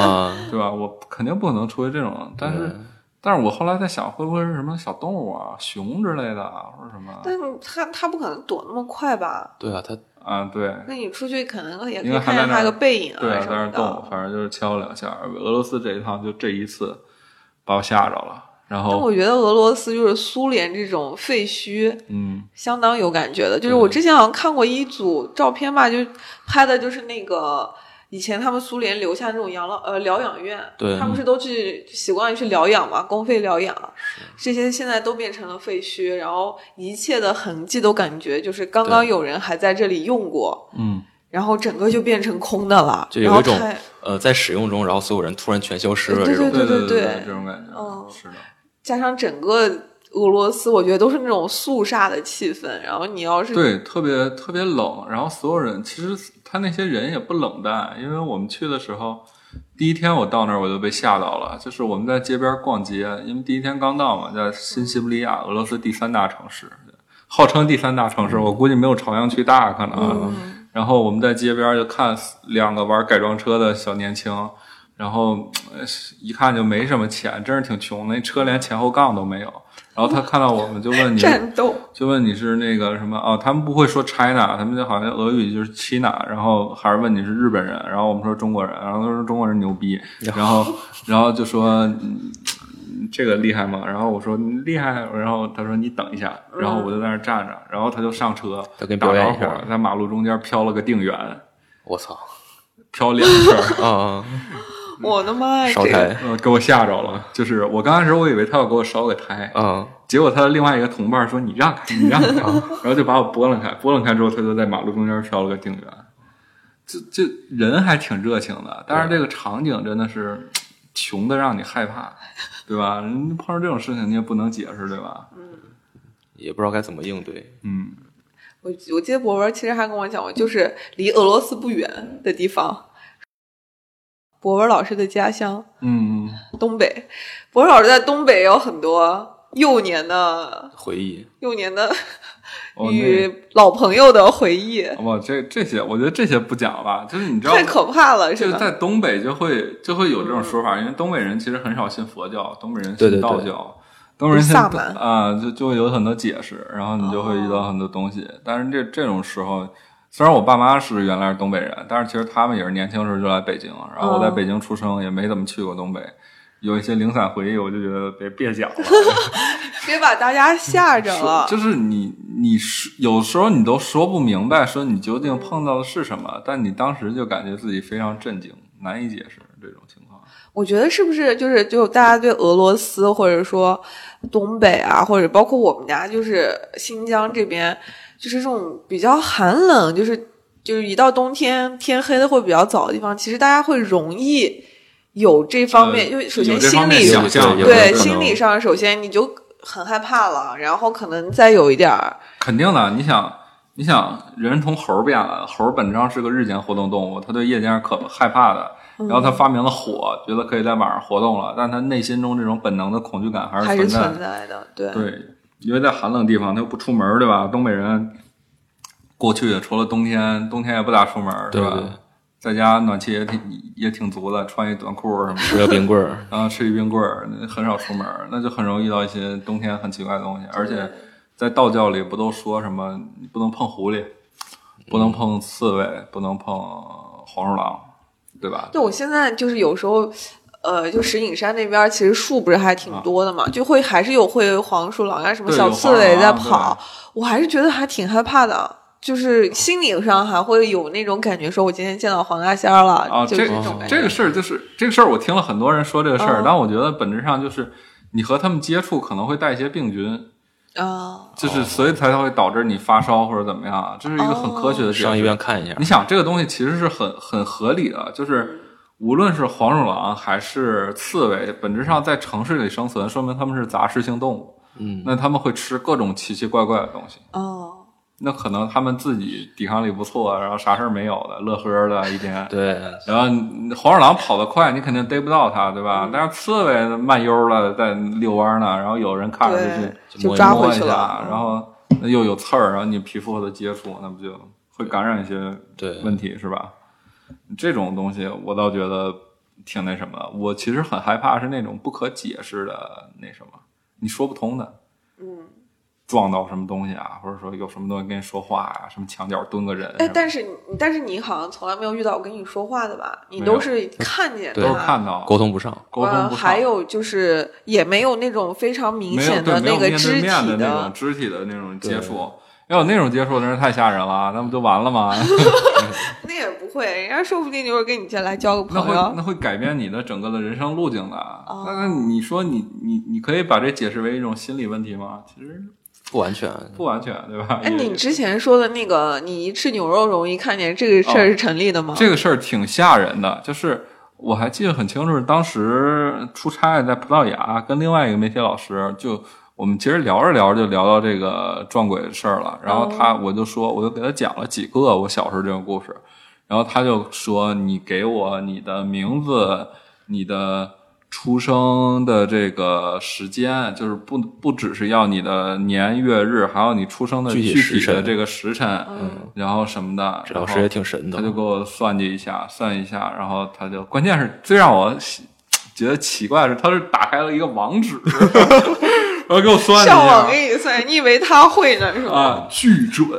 Speaker 1: 啊，
Speaker 3: 对吧？ 我肯定不可能出于这种，但是，但是我后来在想，会不会是什么小动物啊，熊之类的啊，或者什么
Speaker 2: 但它它不可能躲那么快吧？
Speaker 1: 对啊，他
Speaker 3: 啊？对，
Speaker 2: 那你出去可能呃也可
Speaker 3: 因为
Speaker 2: 以
Speaker 3: 还
Speaker 2: 看
Speaker 3: 在
Speaker 2: 见
Speaker 3: 那
Speaker 2: 它
Speaker 3: 儿
Speaker 2: 个背影啊
Speaker 3: 对，在
Speaker 2: 什
Speaker 3: 那
Speaker 2: 么
Speaker 3: 儿动，
Speaker 2: 的。
Speaker 3: 反正就是敲了两下。俄罗斯这一趟就这一次，把我吓着了。然
Speaker 2: 但我
Speaker 3: 后，
Speaker 2: 觉得俄罗斯就是苏联这种废墟，
Speaker 3: 嗯，
Speaker 2: 相当有感觉的。就是
Speaker 1: 嗯
Speaker 2: 我之前好像看过一组照片吧，就拍的就是那个以前他们苏联留下那种养老呃疗养院，
Speaker 1: 对嗯
Speaker 2: 他们不是都去习惯于去疗养嘛，公费疗养，这些现在都变成了废墟，然后一切的痕迹都感觉就是刚刚
Speaker 1: 对
Speaker 2: 有人还在这里用过，
Speaker 3: 嗯，
Speaker 2: 然后整个就变成空的了，
Speaker 1: 就有一种
Speaker 2: 然后太
Speaker 1: 呃在使用中，然后所有人突然全消失了
Speaker 2: 对
Speaker 1: 这种。
Speaker 3: 对哦
Speaker 2: 对
Speaker 3: 对
Speaker 2: 对
Speaker 3: 这种感觉，
Speaker 2: 嗯
Speaker 3: 是的，
Speaker 2: 加上整个俄罗斯，我觉得都是那种肃杀的气氛，然后你要是
Speaker 3: 对，特别特别冷。然后所有人，其实他那些人也不冷淡，因为我们去的时候，第一天我到那儿我就被吓到了，就是我们在街边逛街，因为第一天刚到嘛，在新西伯利亚，俄罗斯第三大城市，号称第三大城市，我估计没有朝阳区大可能。然后我们在街边就看两个玩改装车的小年轻。然后呃一看就没什么钱，真是挺穷的，那车连前后杠都没有。然后他看到我们就 问你
Speaker 2: 战斗，
Speaker 3: 就问你是那个什么哦，他们不会说 China，他们就好像俄语就是 China，然后还是问你是日本人，然后我们说中国人，然后他说中国人牛逼，然后然后就说、嗯、这个厉害吗？然后我说嗯厉害，然后他说你等一下，然后我就在那儿站着，然后他就上车，
Speaker 1: 他给你表演一下
Speaker 3: 打着火在马路中间飘了个定远，
Speaker 1: 我操
Speaker 3: 飘两圈。
Speaker 1: 啊！
Speaker 2: 我的妈呀！
Speaker 1: 烧
Speaker 2: 这个
Speaker 1: 胎
Speaker 3: 呃，给我吓着了，就是我刚开始我以为他要给我烧个胎，
Speaker 1: 啊！
Speaker 3: 结果他的另外一个同伴说：“你让开，你让开。”然后就把我拨 楞开，拨楞开之后，他就在马路中间飘了个定远。这这人还挺热情的，但是这个场景真的是穷的让你害怕，对吧？人碰上这种事情你也不能解释，对吧？
Speaker 2: 嗯
Speaker 1: 也不知道该怎么应对。
Speaker 3: 嗯，
Speaker 2: 我我记得博文其实还跟我讲过，就是离俄罗斯不远的地方，博文老师的家乡
Speaker 3: 嗯，
Speaker 2: 东北。博文老师在东北有很多幼年的
Speaker 1: 回忆
Speaker 2: 幼年的
Speaker 3: 哦那
Speaker 2: 与老朋友的回忆，
Speaker 3: 哇，这这些我觉得这些不讲吧，就是你知道
Speaker 2: 太可怕了，
Speaker 3: 就是是
Speaker 2: 吧？
Speaker 3: 在东北就会就会有这种说法，因为东北人其实很少信佛教，东北人
Speaker 1: 对对
Speaker 3: 信
Speaker 1: 对
Speaker 3: 道教，东北人信
Speaker 2: 萨满
Speaker 3: 啊、就就会有很多解释，然后你就会遇到很多东
Speaker 2: 哦
Speaker 3: 西。但是这这种时候，虽然我爸妈是原来是东北人，但是其实他们也是年轻时候就来北京，然后我在
Speaker 2: 哦
Speaker 3: 北京出生，也没怎么去过东北。有一些零散回忆，我就觉得别 别讲了，
Speaker 2: 别把大家吓着了。
Speaker 3: 就是你，你是有时候你都说不明白，说你究竟碰到的是什么，但你当时就感觉自己非常震惊，难以解释这种情况。
Speaker 2: 我觉得是不是就是就大家对俄罗斯或者说东北啊，或者包括我们家就是新疆这边，就是这种比较寒冷，就是就是一到冬天天黑的会比较早的地方，其实大家会容易有这方面，
Speaker 3: 呃
Speaker 2: 因为首
Speaker 3: 有
Speaker 2: 先
Speaker 3: 这
Speaker 2: 心
Speaker 3: 方面
Speaker 2: 理
Speaker 3: 想象，
Speaker 1: 有
Speaker 2: 对
Speaker 1: 可能
Speaker 2: 心理上，首先你就很害怕了，然后可能再有一点儿，
Speaker 3: 肯定的。你想，你想，人从猴儿变来的，猴儿本质上是个日间活动动物，它对夜间是可害怕的。
Speaker 2: 嗯
Speaker 3: 然后它发明了火，觉得可以在晚上活动了，但它内心中这种本能的恐惧感还
Speaker 2: 还
Speaker 3: 是
Speaker 2: 是
Speaker 3: 存在
Speaker 2: 存。在的，对，
Speaker 3: 对，因为在寒冷地方，他又不出门儿，对吧？东北人过去除了冬天，冬天也不咋出门儿，
Speaker 1: 对
Speaker 3: 吧？
Speaker 1: 对
Speaker 3: 在家暖气也挺也挺足的，穿一短裤儿什么的，
Speaker 1: 吃个冰棍儿，
Speaker 3: 然后吃一冰棍儿，那很少出门儿，那就很容易遇到一些冬天很奇怪的东西。而且在道教里不都说什么你不能碰狐狸，不能碰刺猬，不能碰黄鼠狼，对吧？
Speaker 2: 对，我现在就是有时候，呃，就石景山那边儿其实树不是还挺多的嘛，就会还是有会黄鼠狼啊什么
Speaker 3: 啊对
Speaker 2: 小
Speaker 3: 有
Speaker 2: 刺
Speaker 3: 黄鼠
Speaker 2: 猬
Speaker 3: 狼
Speaker 2: 在
Speaker 3: 对
Speaker 2: 跑，我还是觉得还挺害怕的。就是心理上还会有那种感觉，说我今天见到黄大仙儿了，
Speaker 3: 啊，
Speaker 2: 就
Speaker 3: 这
Speaker 2: 这种感觉。
Speaker 3: 这个事儿就是这个事儿，我听了很多人说这个事儿，
Speaker 2: 嗯
Speaker 3: 但我觉得本质上就是你和他们接触可能会带一些病菌，
Speaker 2: 啊，
Speaker 1: 哦
Speaker 3: 就是所以才会导致你发烧或者怎么样 啊，这是啊一个很科学的解
Speaker 1: 哦
Speaker 3: 释。
Speaker 1: 上医院看一下
Speaker 3: 你。想这个东西其实是很很合理的，就是无论是黄鼠狼还是刺猬，本质上在城市里生存，说明它们是杂食性动物，
Speaker 1: 嗯，
Speaker 3: 那它们会吃各种奇奇怪怪的东西。
Speaker 2: 哦，
Speaker 3: 那可能它们自己抵抗力不错，啊然后啥事儿没有的，乐呵儿的一天。
Speaker 1: 对，
Speaker 3: 然后你黄鼠狼跑得快，你肯定逮不到它，对
Speaker 2: 嗯
Speaker 3: 吧？但是刺猬慢悠的在遛弯呢，然后有人看着就
Speaker 2: 对
Speaker 3: 去，
Speaker 1: 就摸
Speaker 2: 就
Speaker 1: 一
Speaker 2: 抓
Speaker 3: 摸
Speaker 2: 回
Speaker 3: 一
Speaker 2: 去
Speaker 3: 下
Speaker 2: 了，，嗯
Speaker 3: 然后那又有刺儿，然后你皮肤的接触，那不就会感染一些
Speaker 1: 对
Speaker 3: 问题是吧？这种东西我倒觉得挺那什么的。我其实很害怕是那种不可解释的那什么，你说不通的。
Speaker 2: 嗯，
Speaker 3: 撞到什么东西啊，或者说有什么东西跟你说话啊，什么墙角蹲个人啊什么
Speaker 2: 哎
Speaker 3: 的，，
Speaker 2: 但是你，但是你好像从来没有遇到我跟你说话的吧？你
Speaker 3: 没有
Speaker 2: 都是看见
Speaker 3: 都
Speaker 2: 的
Speaker 3: 是
Speaker 2: 吧
Speaker 3: 看到
Speaker 1: 沟通不上，
Speaker 3: 沟通
Speaker 2: 呃，
Speaker 3: 不上
Speaker 2: 还有就是也没有那种非常明
Speaker 3: 没有
Speaker 2: 显
Speaker 3: 对
Speaker 2: 的
Speaker 3: 没有
Speaker 2: 那
Speaker 3: 面
Speaker 2: 个
Speaker 3: 对
Speaker 2: 肢体
Speaker 3: 面的那种肢体的那种接
Speaker 1: 对
Speaker 3: 触，要有那种接触，真是太吓人了，那不就完 了吗？
Speaker 2: 那也不会，人家说不定就是跟你进来交个
Speaker 3: 那
Speaker 2: 朋
Speaker 3: 会
Speaker 2: 友
Speaker 3: 那会改变你的整个的人生路径的。
Speaker 2: 哦
Speaker 3: 那、那你说你你你可以把这解释为一种心理问题吗？其实
Speaker 1: 不完全。
Speaker 3: 不完全，对吧？
Speaker 2: 哎，
Speaker 3: 也
Speaker 2: 你之前说的那个，你一吃牛肉容易看见这个事儿是成立的吗？
Speaker 3: 哦这个事儿挺吓人的，就是我还记得很清楚，当时出差在葡萄牙，跟另外一个媒体老师就。我们其实聊着聊着就聊到这个撞鬼的事儿了，然后他我就说，我就给他讲了几个我小时候这种故事，然后他就说：“你给我你的名字，你的出生的这个时间，就是不不只是要你的年月日，还有你出生的
Speaker 1: 具体
Speaker 3: 具
Speaker 1: 时
Speaker 3: 体的
Speaker 1: 辰嗯
Speaker 3: 这个时辰，然后什么的。”
Speaker 1: 这
Speaker 3: 然
Speaker 1: 老
Speaker 3: 后
Speaker 1: 师也挺神的
Speaker 3: 他，就给我算计一下，算一下，然后他就关键是最让我喜觉得奇怪的是，他是打开了一个网址， 然后给我算了
Speaker 2: 上
Speaker 3: 一下
Speaker 2: 网。给你算，你以为他会呢是吧？
Speaker 3: 啊，巨准，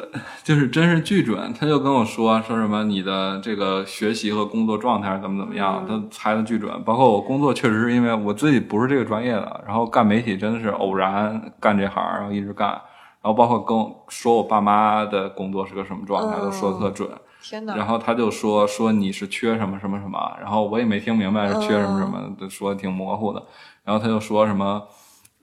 Speaker 3: 就是真是巨准。他就跟我说说什么你的这个学习和工作状态怎么怎么样，
Speaker 2: 嗯
Speaker 3: 他猜的巨准。包括我工作确实是因为我自己不是这个专业的，然后干媒体真的是偶然干这行，然后一直干。然后包括跟我说我爸妈的工作是个什么状
Speaker 2: 嗯
Speaker 3: 态，都说的特准。
Speaker 2: 天哪！
Speaker 3: 然后他就说说你是缺什么什么什么，然后我也没听明白是缺什么什么，
Speaker 2: 嗯
Speaker 3: 就说挺模糊的。然后他就说什么，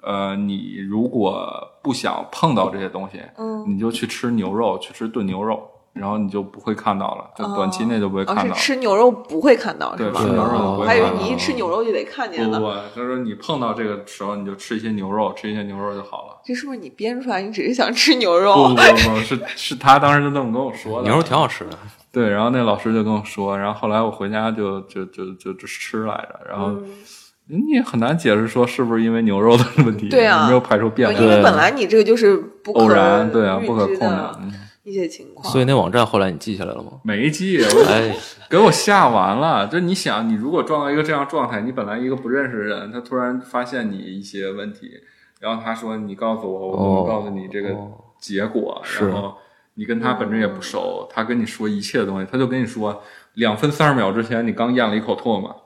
Speaker 3: 呃，你如果不想碰到这些东西，
Speaker 2: 嗯
Speaker 3: 你就去吃牛肉，去吃炖牛肉，然后你就不会看到了，就短期内就不会看
Speaker 2: 哦，
Speaker 3: 到
Speaker 2: 是
Speaker 3: 了。
Speaker 2: 吃牛肉不会看到是
Speaker 3: 对，
Speaker 2: 吗？
Speaker 3: 吃牛肉
Speaker 1: 哦
Speaker 3: 就不
Speaker 2: 我
Speaker 3: 会
Speaker 2: 还
Speaker 3: 看
Speaker 2: 以
Speaker 3: 到
Speaker 2: 为
Speaker 3: 了。
Speaker 2: 你一吃牛肉就得看见
Speaker 3: 不不
Speaker 2: 呢。
Speaker 3: 不，他说你碰到这个时候你就吃一些牛肉，吃一些牛肉就好了。
Speaker 2: 这是不是你编出来？你只是想吃牛
Speaker 3: 不不
Speaker 2: 肉？
Speaker 3: 不不，是是他当时就这么跟我说的。
Speaker 1: 牛肉挺好吃的，
Speaker 3: 对，然后那老师就跟我说，然后后来我回家就就就就就吃来着，然后
Speaker 2: 嗯
Speaker 3: 你也很难解释说是不是因为牛肉的问题，
Speaker 2: 对啊
Speaker 3: 没有排除变
Speaker 2: 因
Speaker 3: 量，
Speaker 2: 为本来你这个就是不可
Speaker 3: 偶然对啊，
Speaker 2: 预
Speaker 3: 不可
Speaker 2: 知
Speaker 3: 控
Speaker 2: 的
Speaker 3: 的，嗯
Speaker 2: 一些情况。
Speaker 1: 所以那网站后来你记下来了 吗？
Speaker 3: 没记，我
Speaker 1: 哎，
Speaker 3: 给我吓完了。就你想，你如果撞到一个这样状态，你本来一个不认识的人，他突然发现你一些问题，然后他说你告诉我，我不能
Speaker 1: 哦
Speaker 3: 告诉你这个
Speaker 1: 哦
Speaker 3: 结果，
Speaker 1: 是
Speaker 3: 然后你跟他本质也不熟，他跟你说一切的东西，他就跟你说两分三十秒之前你刚咽了一口唾沫。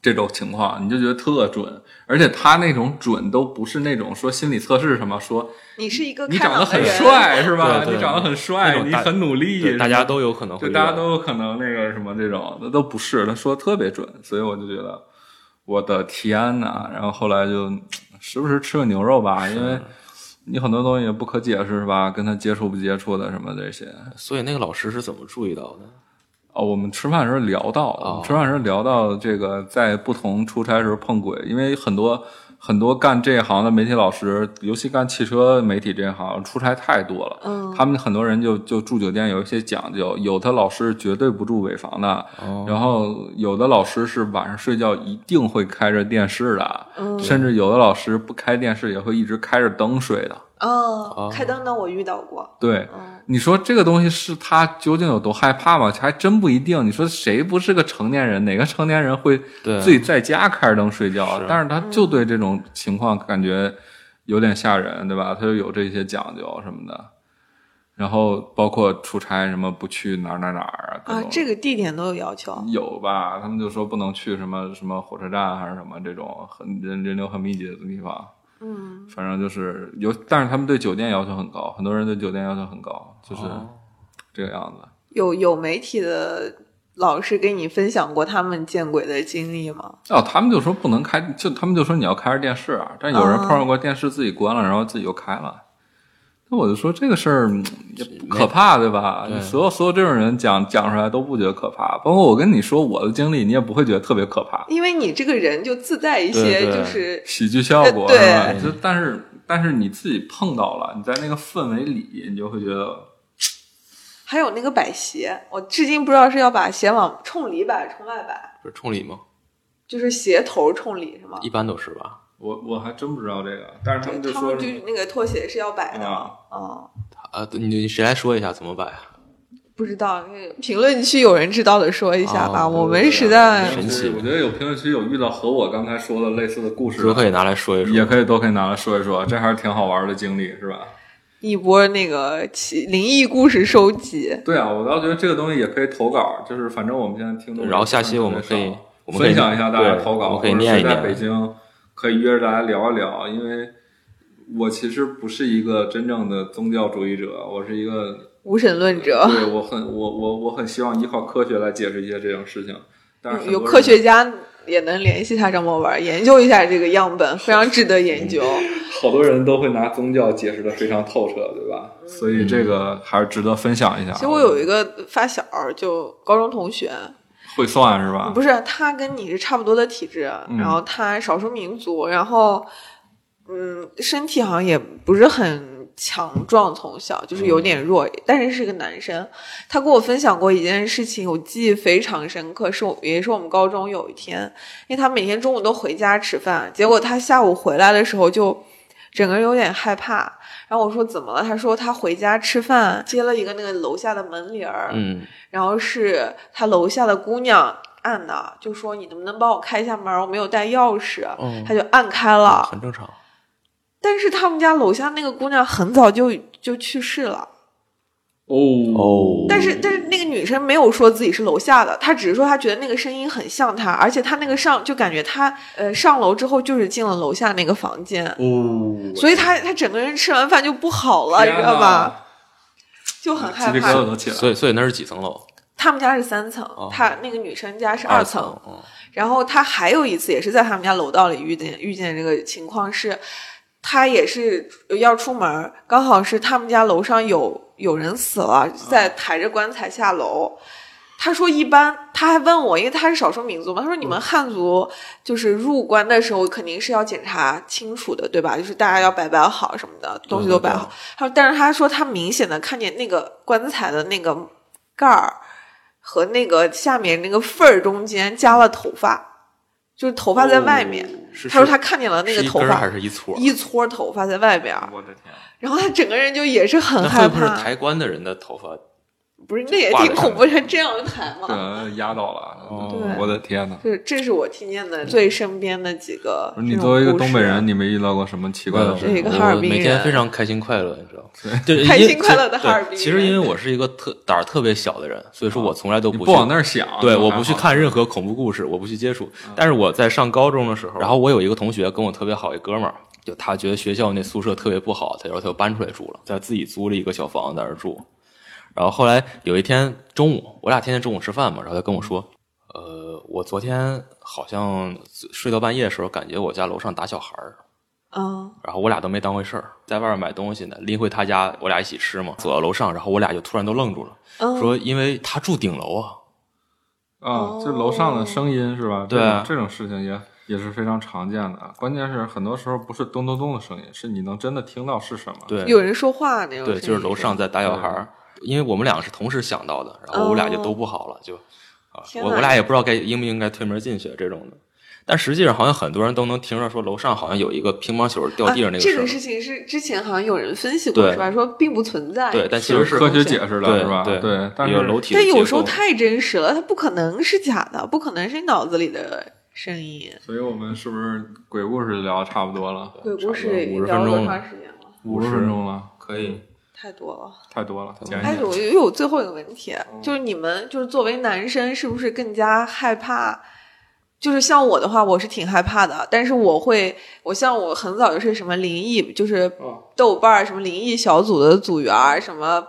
Speaker 3: 这种情况，你就觉得特准，而且他那种准都不是那种说心理测试什么，说
Speaker 2: 你是一个
Speaker 3: 你
Speaker 2: 开
Speaker 3: 长
Speaker 2: 朗
Speaker 3: 得
Speaker 2: 的
Speaker 3: 很
Speaker 2: 人
Speaker 3: 帅是吧？
Speaker 1: 对对
Speaker 3: 你长得很
Speaker 1: 那
Speaker 3: 帅，
Speaker 1: 种
Speaker 3: 你
Speaker 1: 大
Speaker 3: 很努力，
Speaker 1: 对
Speaker 3: 是吧
Speaker 1: 大家都有可能会
Speaker 3: 对，
Speaker 1: 遇
Speaker 3: 大家
Speaker 1: 到
Speaker 3: 都有可能那个什么这种，那都不是，他说得特别准，所以我就觉得我的天呐！然后后来就时不时吃个牛肉吧，因为你很多东西也不可解释是吧？跟他接触不接触的什么这些，
Speaker 1: 所以那个老师是怎么注意到的？
Speaker 3: 哦，我们吃饭的时候聊到，我们吃饭的时候聊到这个，在不同出差的时候碰鬼，因为很多很多干这一行的媒体老师，尤其干汽车媒体这一行，出差太多了。
Speaker 2: 哦
Speaker 3: 嗯，他们很多人就就住酒店有一些讲究，有的老师绝对不住尾房的，然后有的老师是晚上睡觉一定会开着电视的，甚至有的老师不开电视也会一直开着灯睡的。
Speaker 1: 哦
Speaker 2: 嗯，开灯的我遇到过，
Speaker 3: 对，
Speaker 2: 嗯
Speaker 3: 你说这个东西是他究竟有多害怕吗？还真不一定。你说谁不是个成年人？哪个成年人会
Speaker 1: 对
Speaker 3: 自己在家开着灯睡觉？
Speaker 1: 是
Speaker 3: 但是他
Speaker 2: 嗯
Speaker 3: 就对这种情况感觉有点吓人，对吧？他就有这些讲究什么的。然后包括出差什么不去哪儿哪儿哪儿各
Speaker 2: 啊
Speaker 3: 种，
Speaker 2: 这个地点都有要
Speaker 1: 嗯
Speaker 2: 求，
Speaker 3: 有吧？他们就说不能去什么什么火车站还是什么这种很人人流很密集的地方。嗯，反正就是有，但是他们对酒店要求很高，很多人对酒店要求很高，就是
Speaker 1: 哦
Speaker 3: 这个样子。
Speaker 2: 有有媒体的老师给你分享过他们见鬼的经历吗？
Speaker 3: 哦，他们就说不能开，就他们就说你要开着电视啊，但有人碰上过电视自己关了，然后自己又开了。那我就说这个事儿嗯也不可怕，对吧？你所有所有这种人讲讲出来都不觉得可怕，包括我跟你说我的经历，你也不会觉得特别可怕。
Speaker 2: 因为你这个人就自带一
Speaker 1: 对
Speaker 2: 些
Speaker 1: 对
Speaker 2: 就是
Speaker 3: 喜剧效果，
Speaker 2: 呃
Speaker 3: 是吧？
Speaker 2: 对
Speaker 3: 就但是但是你自己碰到了，你在那个氛围里，你就会觉得
Speaker 2: 还有那个摆鞋，我至今不知道是要把鞋往冲里摆、冲外摆，
Speaker 1: 不是冲礼吗？
Speaker 2: 就是鞋头冲里是吗？
Speaker 1: 一般都是吧。
Speaker 3: 我我还真不知道这个，但是他
Speaker 2: 对
Speaker 3: 们就
Speaker 2: 他
Speaker 3: 说啊
Speaker 2: 们就是那个拖鞋是要摆的嘛，嗯，
Speaker 1: 啊，对你你谁来说一下怎么摆啊？
Speaker 2: 不知道，那个评论区有人知道的说一下吧，
Speaker 1: 啊对
Speaker 2: 我
Speaker 1: 对
Speaker 2: 们
Speaker 1: 对
Speaker 2: 实在
Speaker 1: 是神
Speaker 3: 就是
Speaker 1: 奇
Speaker 3: 我觉得有评论区有遇到和我刚才说的类似的故事，
Speaker 1: 都可以拿来说一说。
Speaker 3: 也可以都可以拿来说一说，这还是挺好玩的经历，是吧？
Speaker 2: 一波那个奇灵异故事收集。
Speaker 3: 对啊，我倒觉得这个东西也可以投稿，就是反正我们现在听众，
Speaker 1: 然后下期我们可以我们可以
Speaker 3: 分享一下大家
Speaker 1: 对
Speaker 3: 投稿，
Speaker 1: 我们可以
Speaker 3: 或者
Speaker 1: 念一
Speaker 3: 谁在
Speaker 1: 念
Speaker 3: 北京可以约着大家聊一聊，因为我其实不是一个真正的宗教主义者，我是一个
Speaker 2: 无神论者，
Speaker 3: 对我很我我我很希望依靠科学来解释一些这种事情，但是很多
Speaker 2: 有
Speaker 3: 人
Speaker 2: 科学家也能联系他张博文，研究一下这个样本，非常值得研究。
Speaker 3: 好多人都会拿宗教解释的非常透彻，对吧？所以这个还是值得分享一下。
Speaker 2: 嗯其实我有一个发小，就高中同学，
Speaker 3: 会算是吧？
Speaker 2: 不是他跟你是差不多的体质，
Speaker 3: 嗯
Speaker 2: 然后他少数民族，然后嗯，身体好像也不是很强壮，从小就是有点弱，
Speaker 3: 嗯
Speaker 2: 但是是个男生。他跟我分享过一件事情，我记忆非常深刻，是我也是我们高中有一天，因为他每天中午都回家吃饭，结果他下午回来的时候就整个人有点害怕。然后我说怎么了？他说他回家吃饭接了一个那个楼下的门铃儿，
Speaker 1: 嗯，
Speaker 2: 然后是他楼下的姑娘按的，就说你能不能帮我开一下门儿？我没有带钥匙，
Speaker 1: 哦
Speaker 2: 他就按开了。
Speaker 1: 很正常。
Speaker 2: 但是他们家楼下那个姑娘很早就就去世了，
Speaker 3: 哦
Speaker 1: 哦
Speaker 2: 但
Speaker 3: 嗯
Speaker 2: 是但是那个女生没有说自己是楼下的，她只是说她觉得那个声音很像她，而且她那个上就感觉她呃上楼之后就是进了楼下那个房间，
Speaker 3: 哦，
Speaker 2: 所以她她整个人吃完饭就不好了，你
Speaker 3: 天
Speaker 2: 知
Speaker 3: 哪
Speaker 2: 道吧？？就很害
Speaker 3: 鸡皮疙瘩
Speaker 2: 怕。
Speaker 3: 都起来了。
Speaker 1: 所以所以那是几层楼？
Speaker 2: 他们家是三层，她那个女生家是二
Speaker 1: 层。哦
Speaker 2: 然后他还有一次也是在他们家楼道里遇见遇见这个情况是，他也是要出门儿，刚好是他们家楼上有有人死了，在抬着棺材下楼。他说一般，他还问我，因为他是少数民族嘛，他说你们汉族就是入关的时候肯定是要检查清楚的，对吧？就是大家要摆摆好什么的，东西都摆好。他说，但是他说他明显的看见那个棺材的那个盖儿和那个下面那个缝儿中间夹了头发，就是头发在外面。
Speaker 1: 哦是
Speaker 2: 他说
Speaker 1: 是
Speaker 2: 他看见了那
Speaker 1: 是
Speaker 2: 个
Speaker 1: 一
Speaker 2: 头
Speaker 1: 根儿
Speaker 2: 发
Speaker 1: 还是一撮儿？
Speaker 2: 一撮头发在外边儿，
Speaker 3: 我的天，
Speaker 2: 然后他整个人就也是很
Speaker 1: 那
Speaker 2: 害
Speaker 1: 会不会是
Speaker 2: 怕。
Speaker 1: 抬棺的人的头发？
Speaker 2: 不是，那也
Speaker 1: 挂
Speaker 2: 挺
Speaker 1: 着啊
Speaker 2: 恐怖，他这样抬
Speaker 3: 这
Speaker 2: 嘛。
Speaker 3: 压到了，
Speaker 1: 哦
Speaker 2: 对
Speaker 3: 我的天哪！
Speaker 2: 就是这是我听见的最身边的几个。
Speaker 3: 你作为一个东北
Speaker 2: 啊
Speaker 3: 人，，你没遇到过什么奇怪
Speaker 1: 嗯
Speaker 3: 的事
Speaker 2: 对
Speaker 3: 情？
Speaker 2: 一个哈尔滨
Speaker 1: 我每天
Speaker 2: 人
Speaker 1: 非常开心快乐，你知道吗？ 就是
Speaker 2: 开
Speaker 1: 因
Speaker 2: 心快乐的哈尔滨
Speaker 1: 对
Speaker 2: 人
Speaker 1: 其实因为我是一个特胆儿特别小的人，所以说我从来都
Speaker 3: 啊你
Speaker 1: 不
Speaker 3: 不
Speaker 1: 去
Speaker 3: 往那儿想，
Speaker 1: 对，
Speaker 3: 就还
Speaker 1: 我
Speaker 3: 好啊
Speaker 1: 不去。看任何恐怖故事，我不去接触。但是我在上高中的时候，然后我有一个同学跟我特别好一哥们儿，就他觉得学校那宿舍特别不好，他然后他就搬出来住了，在自己租了一个小房子在那儿住。然后后来有一天中午，我俩天天中午吃饭嘛，然后他跟我说，呃，我昨天好像睡到半夜的时候，感觉我家楼上打小孩儿，
Speaker 2: 嗯，
Speaker 1: 然后我俩都没当回事儿，在外面买东西呢，拎回他家，我俩一起吃嘛，走到楼上，然后我俩就突然都愣住了，
Speaker 2: 嗯
Speaker 1: 说因为他住顶楼啊，
Speaker 3: 啊，就楼上的声音是吧？这
Speaker 1: 对
Speaker 3: 种这种事情也也是非常常见的。关键是很多时候不是咚咚咚的声音，是你能真的听到是什么。
Speaker 1: 对，
Speaker 2: 有人说话那种声
Speaker 1: 对，
Speaker 2: 音。嗯
Speaker 1: 就是楼上在打小孩儿，因为我们俩是同时想到的，然后我俩就都不好了，就啊，
Speaker 2: 天
Speaker 1: 我
Speaker 2: 哪
Speaker 1: 我俩也不知道该应不应该推门进去这种的。但实际上，好像很多人都能听着说楼上好像有一个乒乓球掉地上那
Speaker 2: 啊、这
Speaker 1: 个
Speaker 2: 个
Speaker 1: 声
Speaker 2: 事情是之前好像有人分析过
Speaker 1: 对
Speaker 2: 是吧？说并不存在。
Speaker 1: 对但其
Speaker 3: 是
Speaker 1: 实是
Speaker 3: 科学
Speaker 2: 风险
Speaker 3: 解释
Speaker 1: 儿，
Speaker 3: 的，是吧？
Speaker 1: 对
Speaker 3: 但是
Speaker 1: 有楼体的
Speaker 2: 但
Speaker 1: 结构，
Speaker 2: 有时候太真实了，它不可能是假的，不可能是脑子里的声音。
Speaker 3: 所以我们是不是鬼故事聊差不多了？
Speaker 2: 鬼故事
Speaker 1: 50分
Speaker 2: 聊了多
Speaker 1: 钟嗯
Speaker 2: 长
Speaker 1: 了
Speaker 2: 时间了？
Speaker 3: 五十分钟了，
Speaker 1: 可以
Speaker 2: 太多了。
Speaker 3: 太多了，减
Speaker 2: 哎，
Speaker 3: 减。
Speaker 2: 我又有最后一个问题，就是你们就是作为男生，是不是更加害怕？就是像我的话，我是挺害怕的，但是我会，我像我很早就是什么灵异，就是
Speaker 3: 哦
Speaker 2: 豆瓣儿什么灵异小组的组员儿，什么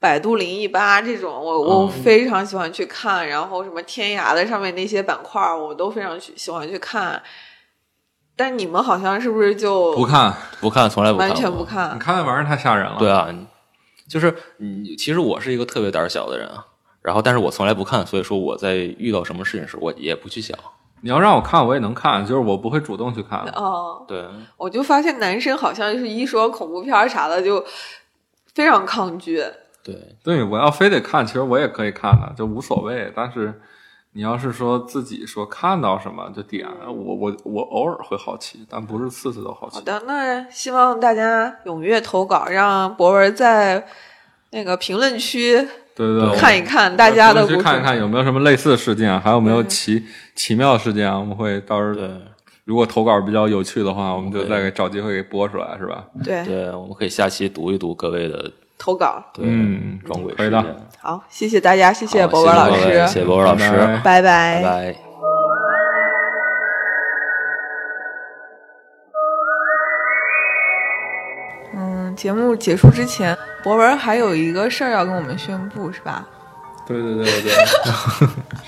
Speaker 2: 百度灵异吧这种，我我
Speaker 1: 嗯
Speaker 2: 非常喜欢去看，然后什么天涯的上面那些板块儿，我都非常去喜欢去看。但你们好像是不是就
Speaker 3: 不看，
Speaker 1: 不看，从来不看，
Speaker 2: 完全不
Speaker 1: 我
Speaker 2: 看
Speaker 3: 你？看那玩意儿太吓人了。
Speaker 1: 对啊，你就是你，其实我是一个特别胆儿小的人啊。然后，但是我从来不看，所以说我在遇到什么事情时，我也不去想。
Speaker 3: 你要让我看，我也能看，就是我不会主动去看。
Speaker 2: 哦，
Speaker 1: 对，
Speaker 2: 我就发现男生好像就是一说恐怖片儿啥的就非常抗拒。
Speaker 1: 对，
Speaker 3: 对，我要非得看，其实我也可以看的，就无所谓。但是你要是说自己说看到什么就点，我我我偶尔会好奇，但不是次次都好
Speaker 2: 好
Speaker 3: 奇。
Speaker 2: 的，那希望大家踊跃投稿，让博文在那个评论区
Speaker 3: 对对对，
Speaker 2: 看一看大家的
Speaker 3: 我们
Speaker 2: 故事。嗯
Speaker 3: 去看一看有没有什么类似的事件，啊还有没有奇奇妙的事件啊？我们会到时候
Speaker 1: 对，
Speaker 3: 如果投稿比较有趣的话，我们就
Speaker 1: 对
Speaker 3: 再给找机会给播出来，是吧？
Speaker 2: 对，
Speaker 1: 对，我们可以下期读一读各位的
Speaker 2: 投稿。
Speaker 1: 对
Speaker 3: 嗯
Speaker 1: 装鬼
Speaker 3: 可以
Speaker 1: 事
Speaker 3: 的
Speaker 1: 件。
Speaker 2: 好，谢谢大家，谢
Speaker 1: 好
Speaker 2: 博文
Speaker 1: 谢
Speaker 2: 老
Speaker 1: 各位
Speaker 2: 师，哎
Speaker 1: 谢谢博文老师，
Speaker 3: 拜
Speaker 1: 拜
Speaker 2: 拜
Speaker 3: 拜
Speaker 2: 拜
Speaker 1: 拜。
Speaker 2: 嗯，节目结束之前，博文还有一个事儿要跟我们宣布，是吧？
Speaker 3: 对对对对对，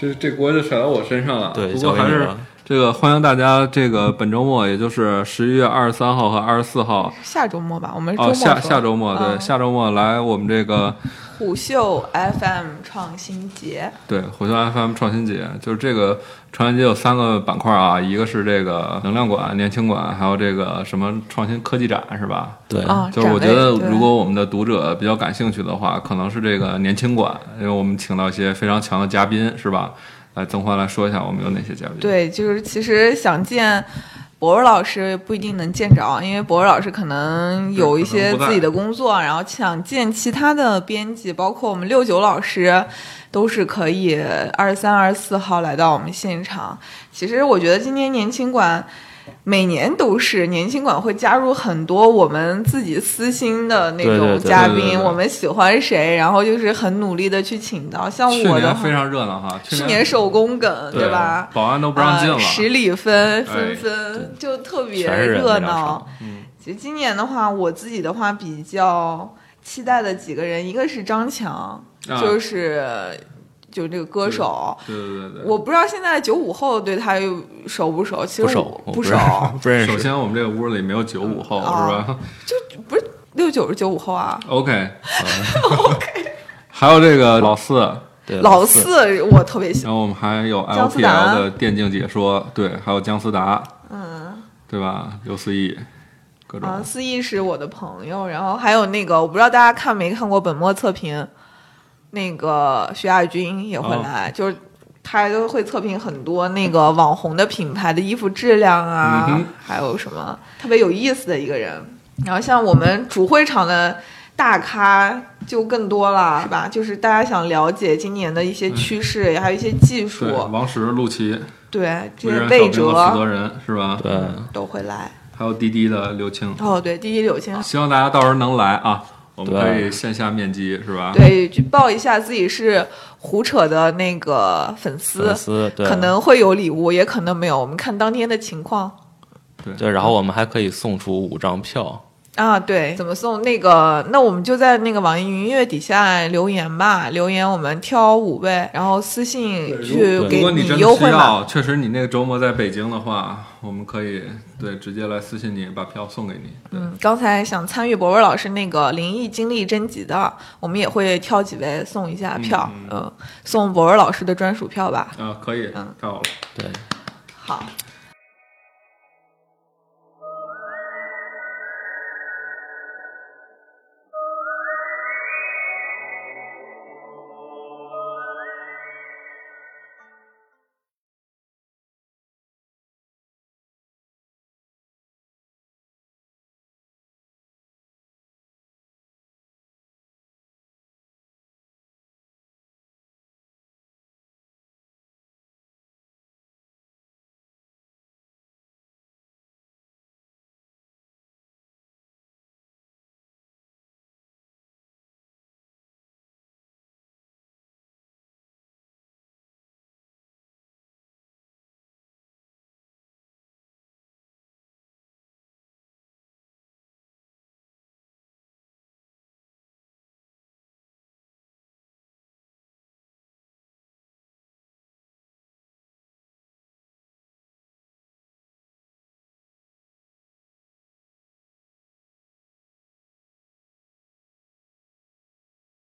Speaker 3: 这这锅就甩到我身上了。
Speaker 1: 对
Speaker 3: 不
Speaker 1: 交
Speaker 3: 过
Speaker 1: 给你
Speaker 3: 还是
Speaker 1: 了
Speaker 3: 这个欢迎大家，这个本周末，也就是十一月二十三号和二十四号，
Speaker 2: 下周末吧，我们周
Speaker 3: 哦，
Speaker 2: 末
Speaker 3: 下
Speaker 2: 说
Speaker 3: 下周末，对，
Speaker 2: 嗯
Speaker 3: 下周末来我们这个
Speaker 2: 虎嗅 FM 创新节。
Speaker 3: 对虎嗅 FM 创新节，就是这个创新节有三个板块啊，一个是这个能量馆、年轻馆，还有这个什么创新科技展，是吧？
Speaker 1: 对，
Speaker 2: 啊，
Speaker 3: 就是我觉
Speaker 2: 展位
Speaker 3: 得，
Speaker 2: 对
Speaker 3: 如果我们的读者比较感兴趣的话，可能是这个年轻馆，因为我们请到一些非常强的嘉宾，是吧？来，曾欢来说一下我们有哪些嘉宾。
Speaker 2: 对，就是其实想见博文老师不一定能见着，因为博文老师可能有一些自己的工作，然后想见其他的编辑，包括我们六九老师，都是可以二十三、二十四号来到我们现场。其实我觉得今年年轻馆。每年都是年轻馆会加入很多我们自己私心的那
Speaker 1: 对对
Speaker 2: 种
Speaker 1: 对
Speaker 2: 嘉
Speaker 3: 对对
Speaker 2: 宾，
Speaker 3: 对
Speaker 2: 我们喜欢谁，然后就是很努力的去请到。像
Speaker 3: 去
Speaker 2: 我的
Speaker 3: 年
Speaker 2: 话
Speaker 3: 非，常热闹哈，
Speaker 2: 去
Speaker 3: 年
Speaker 2: 年手工梗
Speaker 3: 对
Speaker 2: 吧？
Speaker 3: 保安都不让进了，
Speaker 2: 呃十里分
Speaker 3: 哎
Speaker 2: 纷纷，就特别
Speaker 1: 全是人
Speaker 2: 热
Speaker 1: 那场
Speaker 2: 闹。
Speaker 3: 嗯，
Speaker 2: 其实今年的话，我自己的话比较期待的几个人，一个是张强，
Speaker 3: 啊
Speaker 2: 就是就是这个歌手。
Speaker 3: 对对对对。
Speaker 2: 我不知道现在九五后对他有熟不熟，其实
Speaker 1: 不熟
Speaker 2: 我，
Speaker 1: 我
Speaker 2: 不
Speaker 1: 知
Speaker 2: 熟，
Speaker 1: 道不认
Speaker 3: 首
Speaker 1: 识。
Speaker 3: 先，我们这个屋里没有九五后，是
Speaker 2: 哦
Speaker 3: 吧
Speaker 2: 不是六九是九五后啊。
Speaker 3: ？OK OK，还 有这个老四，
Speaker 1: 对
Speaker 2: 老
Speaker 1: 四，
Speaker 2: 四我特别喜欢，
Speaker 3: 然后我们还有
Speaker 2: 姜思达
Speaker 3: LPL 的电竞解说，对，还有姜思达，嗯，对吧？刘思义，各种
Speaker 2: 啊，思义是我的朋友，然后还有那个我不知道大家看没看过本末测评，那个徐亚军也
Speaker 3: 哦
Speaker 2: 会来，就是他都会测评很多那个网红的品牌的衣服质量啊，
Speaker 3: 嗯哼
Speaker 2: 还有什么特别有意思的一个人。然后像我们主会场的大咖就更多了，是吧？就是大家想了解今年的一
Speaker 3: 嗯
Speaker 2: 些趋势，还有一些技术
Speaker 3: 对，，王石、陆琪，
Speaker 2: 对这
Speaker 3: 微
Speaker 2: 些
Speaker 3: 软小
Speaker 2: 魏
Speaker 3: 屏的负责
Speaker 2: 哲
Speaker 3: 人是吧？嗯
Speaker 1: 对，
Speaker 2: 都会来。
Speaker 3: 还有滴滴的刘青，
Speaker 2: 哦，对，第一柳青
Speaker 3: 希望大家到时候能来啊，我们
Speaker 1: 对
Speaker 3: 可以线下面基是吧？
Speaker 2: 对，举报一下自己是胡扯的那个粉丝
Speaker 1: 粉，丝
Speaker 3: 啊
Speaker 1: 对，
Speaker 2: 可能会有礼物，也可能没有，我们看当天的情况。
Speaker 1: 对。然后我们还可以送出五张票，
Speaker 2: 啊，对，怎么送那个？那我们就在那个网易云音乐底下留言吧，留言我们挑五位，然后私信去
Speaker 3: 如
Speaker 2: 给
Speaker 3: 果你真的
Speaker 2: 优惠
Speaker 3: 需
Speaker 2: 码。
Speaker 3: 要，确实你那个周末在北京的话，我们可以对直接来私信你，把票送给你。对，
Speaker 2: 嗯，刚才想参与博文老师那个灵异经历征集的，我们也会挑几位送一下票，嗯嗯，送博文老师的专属票吧。
Speaker 3: 啊，可以，
Speaker 2: 嗯
Speaker 3: 太好了。
Speaker 1: 对，
Speaker 2: 好，